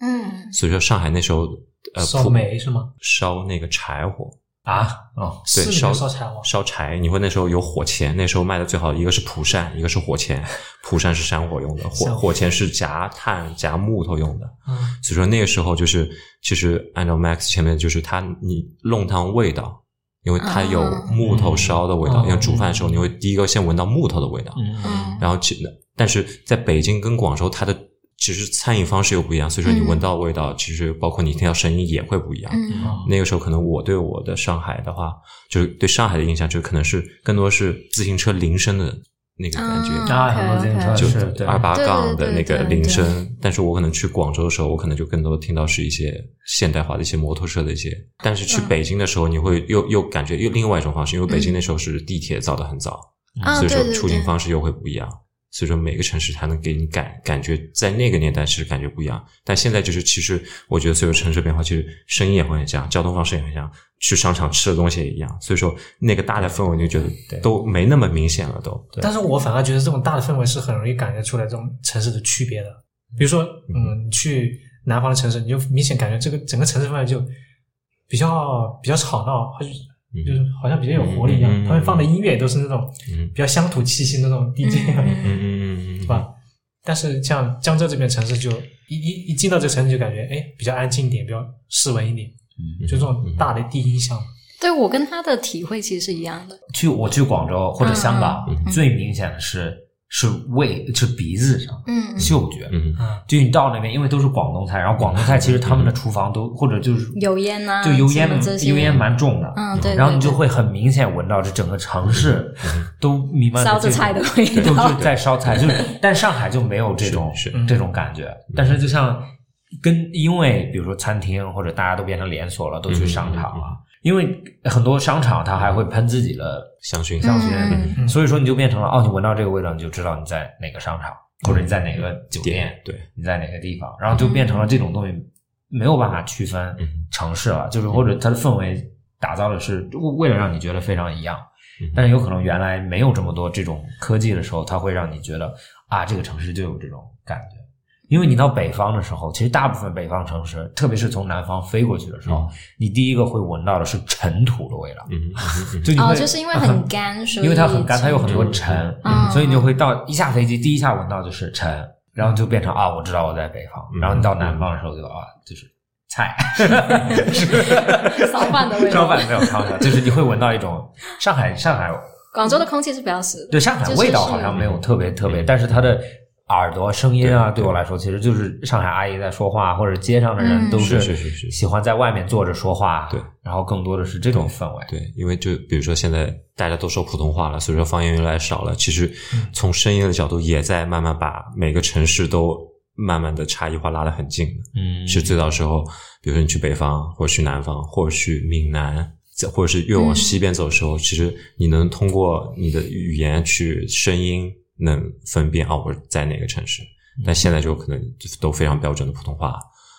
嗯所以说上海那时候呃烧普煤是吗？烧那个柴火，啊，哦，对是烧烧柴火，烧柴，你会那时候有火钳，那时候卖的最好的一个是蒲扇，一个是火钳。蒲扇是山火用的，火山火火钳是夹炭、夹木头用的。嗯所以说那个时候就是，其实按照 Max 前面就是它，你弄堂味道，因为它有啊木头烧的味道，嗯因为煮饭的时候你会第一个先闻到木头的味道，嗯然后其但是在北京跟广州它的。其实餐饮方式又不一样，所以说你嗯闻到味道，其实包括你听到声音也会不一样。嗯嗯那个时候可能我对我的上海的话，就是对上海的印象，就可能是更多是自行车铃声的那个感觉，啊啊，很多自行车就是对二八杠的对对那对个对铃声。但是我可能去广州的时候，我可能就更多听到是一些现代化的一些摩托车的一些。但是去嗯北京的时候，你会又又感觉又另外一种方式，因为北京那时候是地铁造的很早，啊，所以对说对出行对，方式又会不一样。所以说每个城市它能给你感感觉，在那个年代是感觉不一样，但现在就是其实我觉得随着城市变化，其实声音也会很像，交通方式也很像，去商场吃的东西也一样。所以说那个大的氛围你就觉对得都没那么明显了都，但是我反而觉得这种大的氛围是很容易感觉出来这种城市的区别的。比如说，嗯，你去南方的城市，你就明显感觉这个整个城市氛围就比较比较吵闹，它就嗯就是好像比较有活力一样。嗯嗯嗯他们放的音乐也都是那种嗯比较乡土气息的那种 DJ，、嗯嗯嗯嗯是吧？但是像江浙这边城市就，一一一进到这个城市就感觉哎比较安静一点，比较斯文一点，嗯就这种大的地音响。对我跟他的体会其实是一样的。去我去广州或者香港嗯，嗯最明显的是是胃是鼻子上嗯嗅觉。嗯啊，就你到那边，因为都是广东菜，然后广东菜其实他们的厨房都或者就是油烟呐就油烟什么这些油烟蛮重的，嗯，对，然后对你就对会很明显闻到这整个城市都弥漫烧这着种菜的味对，就道是在烧菜，就是但上海就没有这种是是这种感觉。但是就像跟因为比如说餐厅或者大家都变成连锁了，都去商嗯场了，因为很多商场它还会喷自己的香薰香薰，嗯嗯所以说你就变成了哦，你闻到这个味道，你就知道你在哪个商场或者你在哪个酒店点，对，你在哪个地方，然后就变成了这种东西没有办法区分嗯城市了，就是或者它的氛围打造的是为了让你觉得非常一样嗯，但是有可能原来没有这么多这种科技的时候，它会让你觉得啊，这个城市就有这种感觉。因为你到北方的时候，其实大部分北方城市，特别是从南方飞过去的时候，你第一个会闻到的是尘土的味道，嗯嗯就你会、哦，就是因为很干，所以因为它很干，它有很多尘，嗯所以你就会到一下飞机第一下闻到就是尘，然后就变成啊，我知道我在北方，嗯然后你到南方的时候就啊，就是菜， <laughs> 烧饭的味烧道。饭没有 <laughs> 烧饭，就是你会闻到一种上海上海广州的空气是比较湿的，对上海味道好像没有特别特嗯别，但是它的。耳朵声音啊，对我来说，其实就是上海阿姨在说话，或者街上的人嗯都是是是是喜欢在外面坐着说话，对，然后更多的是这种氛围，对，因为就比如说现在大家都说普通话了，所以说方言越来越少了。其实从声音的角度，也在慢慢把每个城市都慢慢的差异化拉得很近的。嗯，是最早的时候，比如说你去北方，或者去南方，或者去闽南，再或者是越往西边走的时候，其实你能通过你的语言去声音能分辨啊，我在哪个城市。但现在就可能就都非常标准的普通话，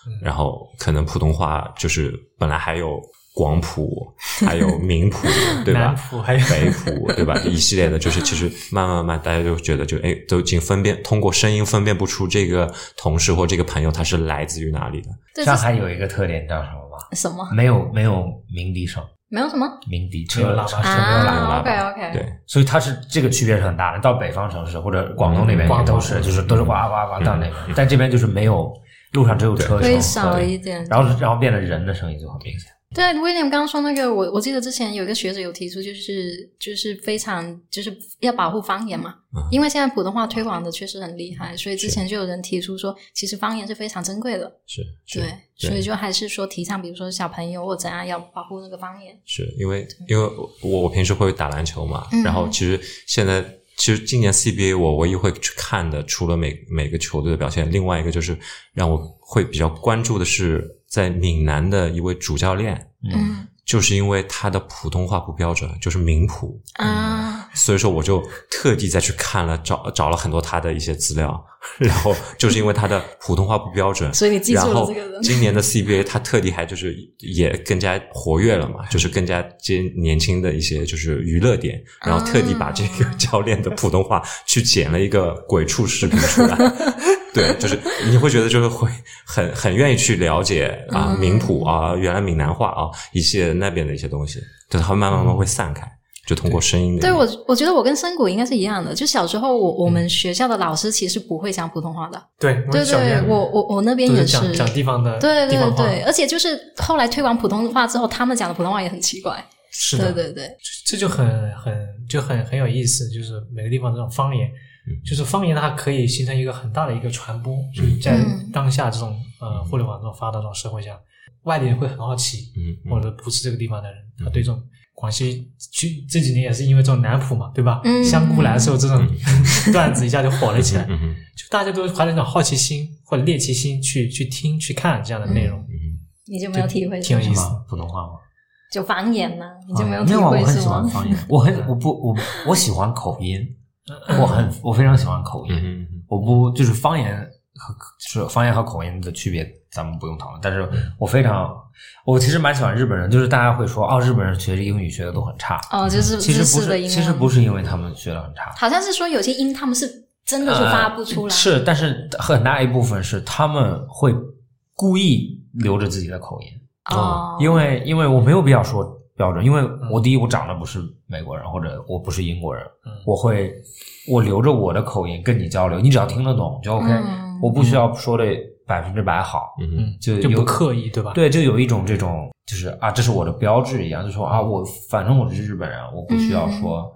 嗯然后可能普通话就是本来还有广普，还有闽 <laughs> 普，对吧南？普还有北普，对吧？一系列的，就是其实慢慢慢慢，大家就觉得就哎，都已经分辨通过声音分辨不出这个同事或这个朋友他是来自于哪里的。对，上这海有一个特点，你知道什么吗？是什么？没有没有鸣笛声，没有什么鸣笛没有车喇叭车声是没有喇叭啊叭，OK OK，对，所以它是这个区别是很大的。到北方城市或者广东那边嗯也都是，广东嗯就是都是哇哇哇到那边，但这边就是没有路上只有车会声，少对一点。然后然后变得人的声音就很明显。对，William 刚刚说那个，我我记得之前有一个学者有提出，就是就是非常就是要保护方言嘛，嗯因为现在普通话推广的确实很厉害，所以之前就有人提出说，其实方言是非常珍贵的，是，是对，所以就还是说提倡，比如说小朋友或怎样要保护那个方言，是因为因为我我平时会打篮球嘛，嗯然后其实现在其实今年 CBA 我唯一会去看的，除了每每个球队的表现，另外一个就是让我会比较关注的是在闽南的一位主教练，嗯就是因为他的普通话不标准，就是闽普，啊，所以说我就特地再去看了，找找了很多他的一些资料，然后就是因为他的普通话不标 <laughs> 准，所以你记然住了后这个人，今年的 CBA 他特地还就是也更加活跃了嘛，就是更加接年轻的一些就是娱乐点，然后特地把这个啊教练的普通话去剪了一个鬼畜视频出来。 <laughs> 对，就是你会觉得就是会很很愿意去了解啊，嗯闽普啊，原来闽南话啊，一些那边的一些东西。但它慢慢慢慢会散开，就通过声嗯音的。对我，我觉得我跟深谷应该是一样的。就小时候我，我们学校的老师其实不会讲普通话的。对，对小对燕，我我我那边都也是讲。讲地方呃的，对地对方话，对，而且就是后来推广普通话之后，他们讲的普通话也很奇怪。是的，对对 <laughs> 对，这就很很就很很有意思，就是每个地方这种方言嗯，就是方言它可以形成一个很大的一个传播，就是在嗯当下这种呃互联网这种发达这种社会下，外地人会很好奇，嗯，嗯或者不是这个地方的人，他嗯对这种广西去这几年也是因为这种南普嘛，对吧？嗯香菇来的时候这种 <laughs> 段子一下就火了起来，嗯哼就大家都怀着一种好奇心或者猎奇心去去听去看这样的内容，嗯你就没有体会挺是有吗意是思。吗？普通话吗？就方言呢，你就没有没体有啊，我会很是喜欢吗？方言，我很我不我不我喜欢口音，我很我非常喜欢口嗯音，嗯嗯我不就是方言和就是方言和口音的区别，咱们不用讨论。但是嗯我非常我其实蛮喜欢日本人，就是大家会说哦，日本人学英语学的都很差，哦，就是其实日不式的是，音，其实不，是因为他们学的很差，好像是说有些音他们是真的就发不出来。呃是，但是很大一部分是他们会故意留着自己的口音。哦，因为因为我没有必要说标准，因为我第一我长得不是美国人，或者我不是英国人，嗯我会我留着我的口音跟你交流，你只要听得懂就 OK，、嗯我不需要说的百分之百好，嗯嗯嗯，就就有不刻意，对吧？对，就有一种这种就是啊，这是我的标志一样，就说啊，我反正我是日本人，我不需要嗯说。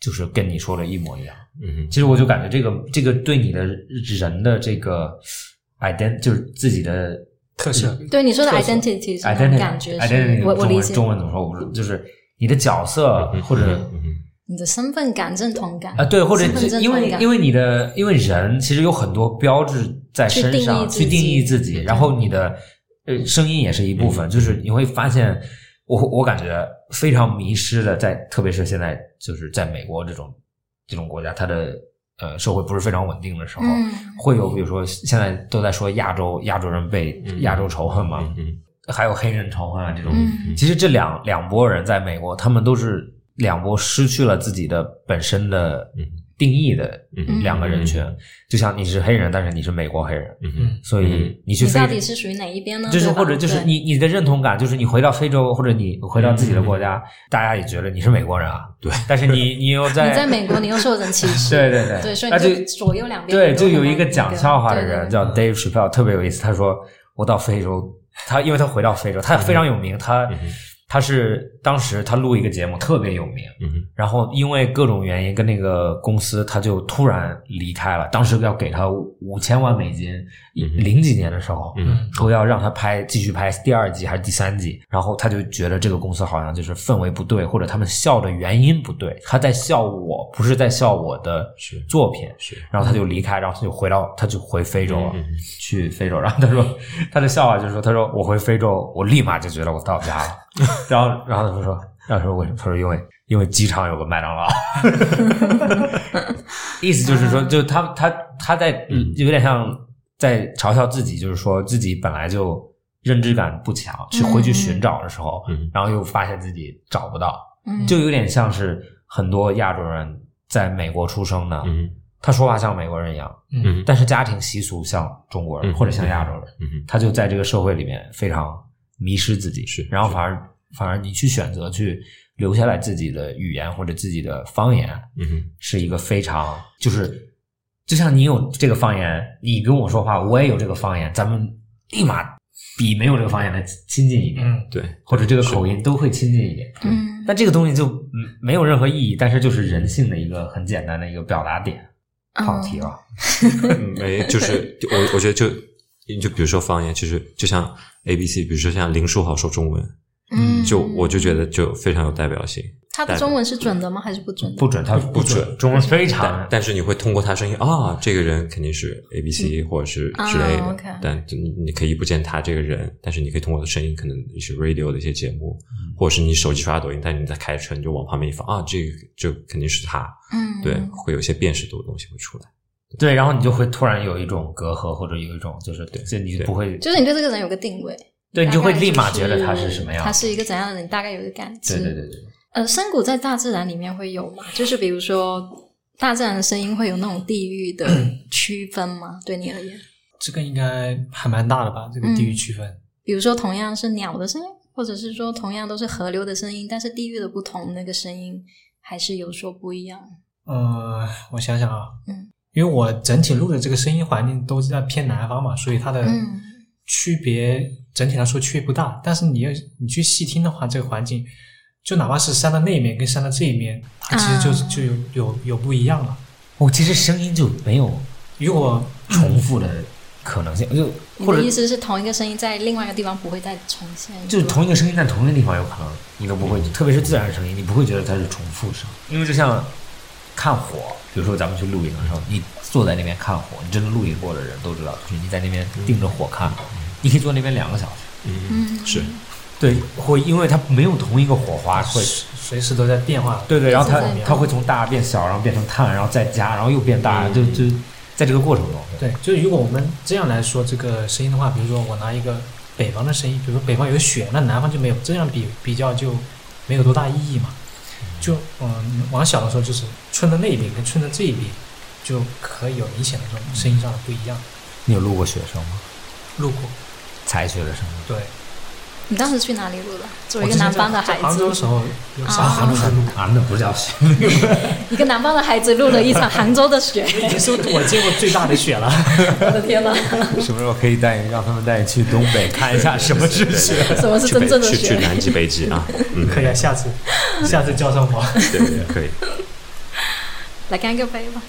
就是跟你说的一模一样，嗯嗯其实我就感觉这个这个对你的人的这个 ident 就是自己的特色，对你说的特色 identity 是 i 那 d 种 e n 感觉 i d e 是 n t，我我理解中文呃怎么说？我不是就是你的角色嗯或者嗯嗯你的身份感、认同感啊，对，或者身份就认因为同感因为你的因为人其实有很多标志在身上去定义自己去定义自己，然后你的呃声音也是一部嗯分，就是你会发现我我感觉非常迷失的在，特别是现在就是在美国这种这种国家，它的呃社会不是非常稳定的时候。嗯会有，比如说现在都在说亚洲亚洲人被嗯亚洲仇恨嘛，嗯嗯还有黑人仇恨啊这种。嗯其实这两两拨人在美国，他们都是两拨失去了自己的本身的嗯定义的嗯两个人群。嗯就像你是黑人，但是你是美国黑人，嗯嗯嗯，所以你去你非到底是属于哪一边呢？嗯就是对吧或者就是对你你的认同感，就是你回到非洲或者你回到自己的国家，大家也觉得你是美国人啊。嗯对，但是你你又在你在美国，你又受人歧视，对对对对，所以那你就就左右两边对，你就都有很一个难讲那笑话的对对人对叫 Dave Chappelle，特别有意思。他说我到非洲，他因为他回到非洲，他非常有名，他嗯哼他是当时他录一个节目特别有名，嗯哼然后因为各种原因跟那个公司他就突然离开了，当时要给他五千万美金，嗯哼零几年的时候。嗯哼说要让他拍，继续拍第二季还是第三季，然后他就觉得这个公司好像就是氛围不对，或者他们笑的原因不对，他在笑我，不是在笑我的是作品，是然后他就离开，然后他就回到，他就回非洲了，嗯嗯嗯嗯去非洲。然后他说，他的笑话就是说，他说我回非洲，我立马就觉得我到 <laughs> 家了。然后，然后他说，然后他说为什么？他说因为因为机场有个麦当 <laughs> 劳，意思就是说，就他他他在嗯有点像在嘲笑自己，就是说自己本来就认知感不强，去回去寻找的时候，嗯然后又发现自己找不到，嗯 <laughs> 就有点像是很多亚洲人在美国出生的，嗯哼他说话像美国人一样，嗯嗯哼但是家庭习俗像中国人、嗯或者像亚洲人，嗯哼他就在这个社会里面非常迷失自己，是然后反而反而你去选择去留下来自己的语言或者自己的方言，嗯哼是一个非常就是就像你有这个方言，你跟我说话，我也有这个方言，咱们立马比没有这个方言的亲近一点，嗯，对，或者这个口音都会亲近一点。嗯但这个东西就嗯没有任何意义，但是就是人性的一个很简单的一个表达点。跑题了，嗯没，就是我我觉得就就比如说方言，其实就像 A B C，比如说像林书豪说中文，嗯，就我就觉得就非常有代表性，他的中文是准的吗？还是不准的？不准，它不准，中文非常啊但但是你会通过他声音啊，这个人肯定是 A B C 或者是之类嗯啊的，OK，但你你可以不见他这个人，但是你可以通过他的声音，可能一些 radio 的一些节目，嗯或者是你手机刷抖音，但你在开车，你就往旁边一放啊，这个就肯定是他，嗯，对，会有一些辨识度的东西会出来，对，然后你就会突然有一种隔阂，或者有一种就是对，就你就不会，就是你对这个人有个定位，对，你就会立马觉得大他概就是什么样他。是一个怎样的人，你大概有个感知。对对对对，呃，山谷在大自然里面会有吗？就是比如说，大自然的声音会有那种地域 <clears throat> 的区分吗？对你而言，这个应该还蛮大的吧？这个地域嗯区分，比如说同样是鸟的声音，或者是说同样都是河流的声音，但是地域的不同，那个声音还是有所不一样。呃，我想想啊，嗯，因为我整体录的这个声音环境都是在偏南方嘛，所以它的嗯区别整体来说区别不大。但是你要你去细听的话，这个环境就哪怕是山的那一面跟山的这一面，它其实就啊就有有有不一样了。我、其实声音就没有如果重复的可能性，就你或的者意思是同一个声音在另外一个地方不会再重现？就是同一个声音在同一个地方有可能你都不会，特别是自然声音，你不会觉得它是重复声，因为就像看火，比如说咱们去露营的时候，你坐在那边看火，你真的露营过的人都知道，就是你在那边盯着火看，你可以坐那边两个小时。嗯，是对，会因为它没有同一个火花，会随随时都在变化，对对，然后它对对对它会从大变小，然后变成碳，然后再加，然后又变大，就就在这个过程中，对，就是如果我们这样来说这个声音的话，比如说我拿一个北方的声音，比如说北方有雪，那南方就没有，这样比比较就没有多大意义嘛。就嗯，往小的时候就是村的那一边跟村的这一边，就可以有明显的这种声音上的不一样。你有录过雪声吗？路过，采雪的声音。对，你当时去哪里录的？作我为一之个南前在方的在孩杭州的子，时候有上啊杭州的路过，啊，那不叫雪，一个南方的孩子录了一场杭州的雪， <laughs> 已经是我见过最大的雪了。我的天哪！ <laughs> 什么时候可以带让他们带你去东北 <laughs> 看一下什么是雪？什么是去真北正的去去雪？南极、北 <laughs> 极啊，嗯，可以啊，下次下次叫上我。对对对，可以。来干个杯吧！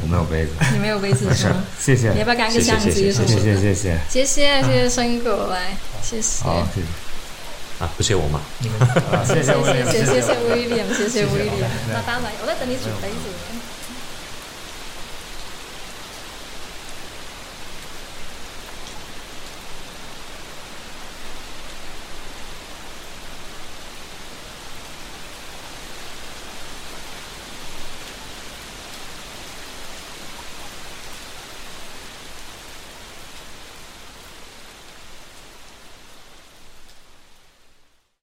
我没有杯 <laughs> 子，你没有杯子是吗？谢谢你要不要干个谢谢箱子？谢谢就是谢谢谢谢，谢谢谢谢生果来，谢谢好，谢谢。啊，不谢我嘛，你们谢谢谢谢谢谢威廉，谢谢威廉。那当然，我在等你煮杯子。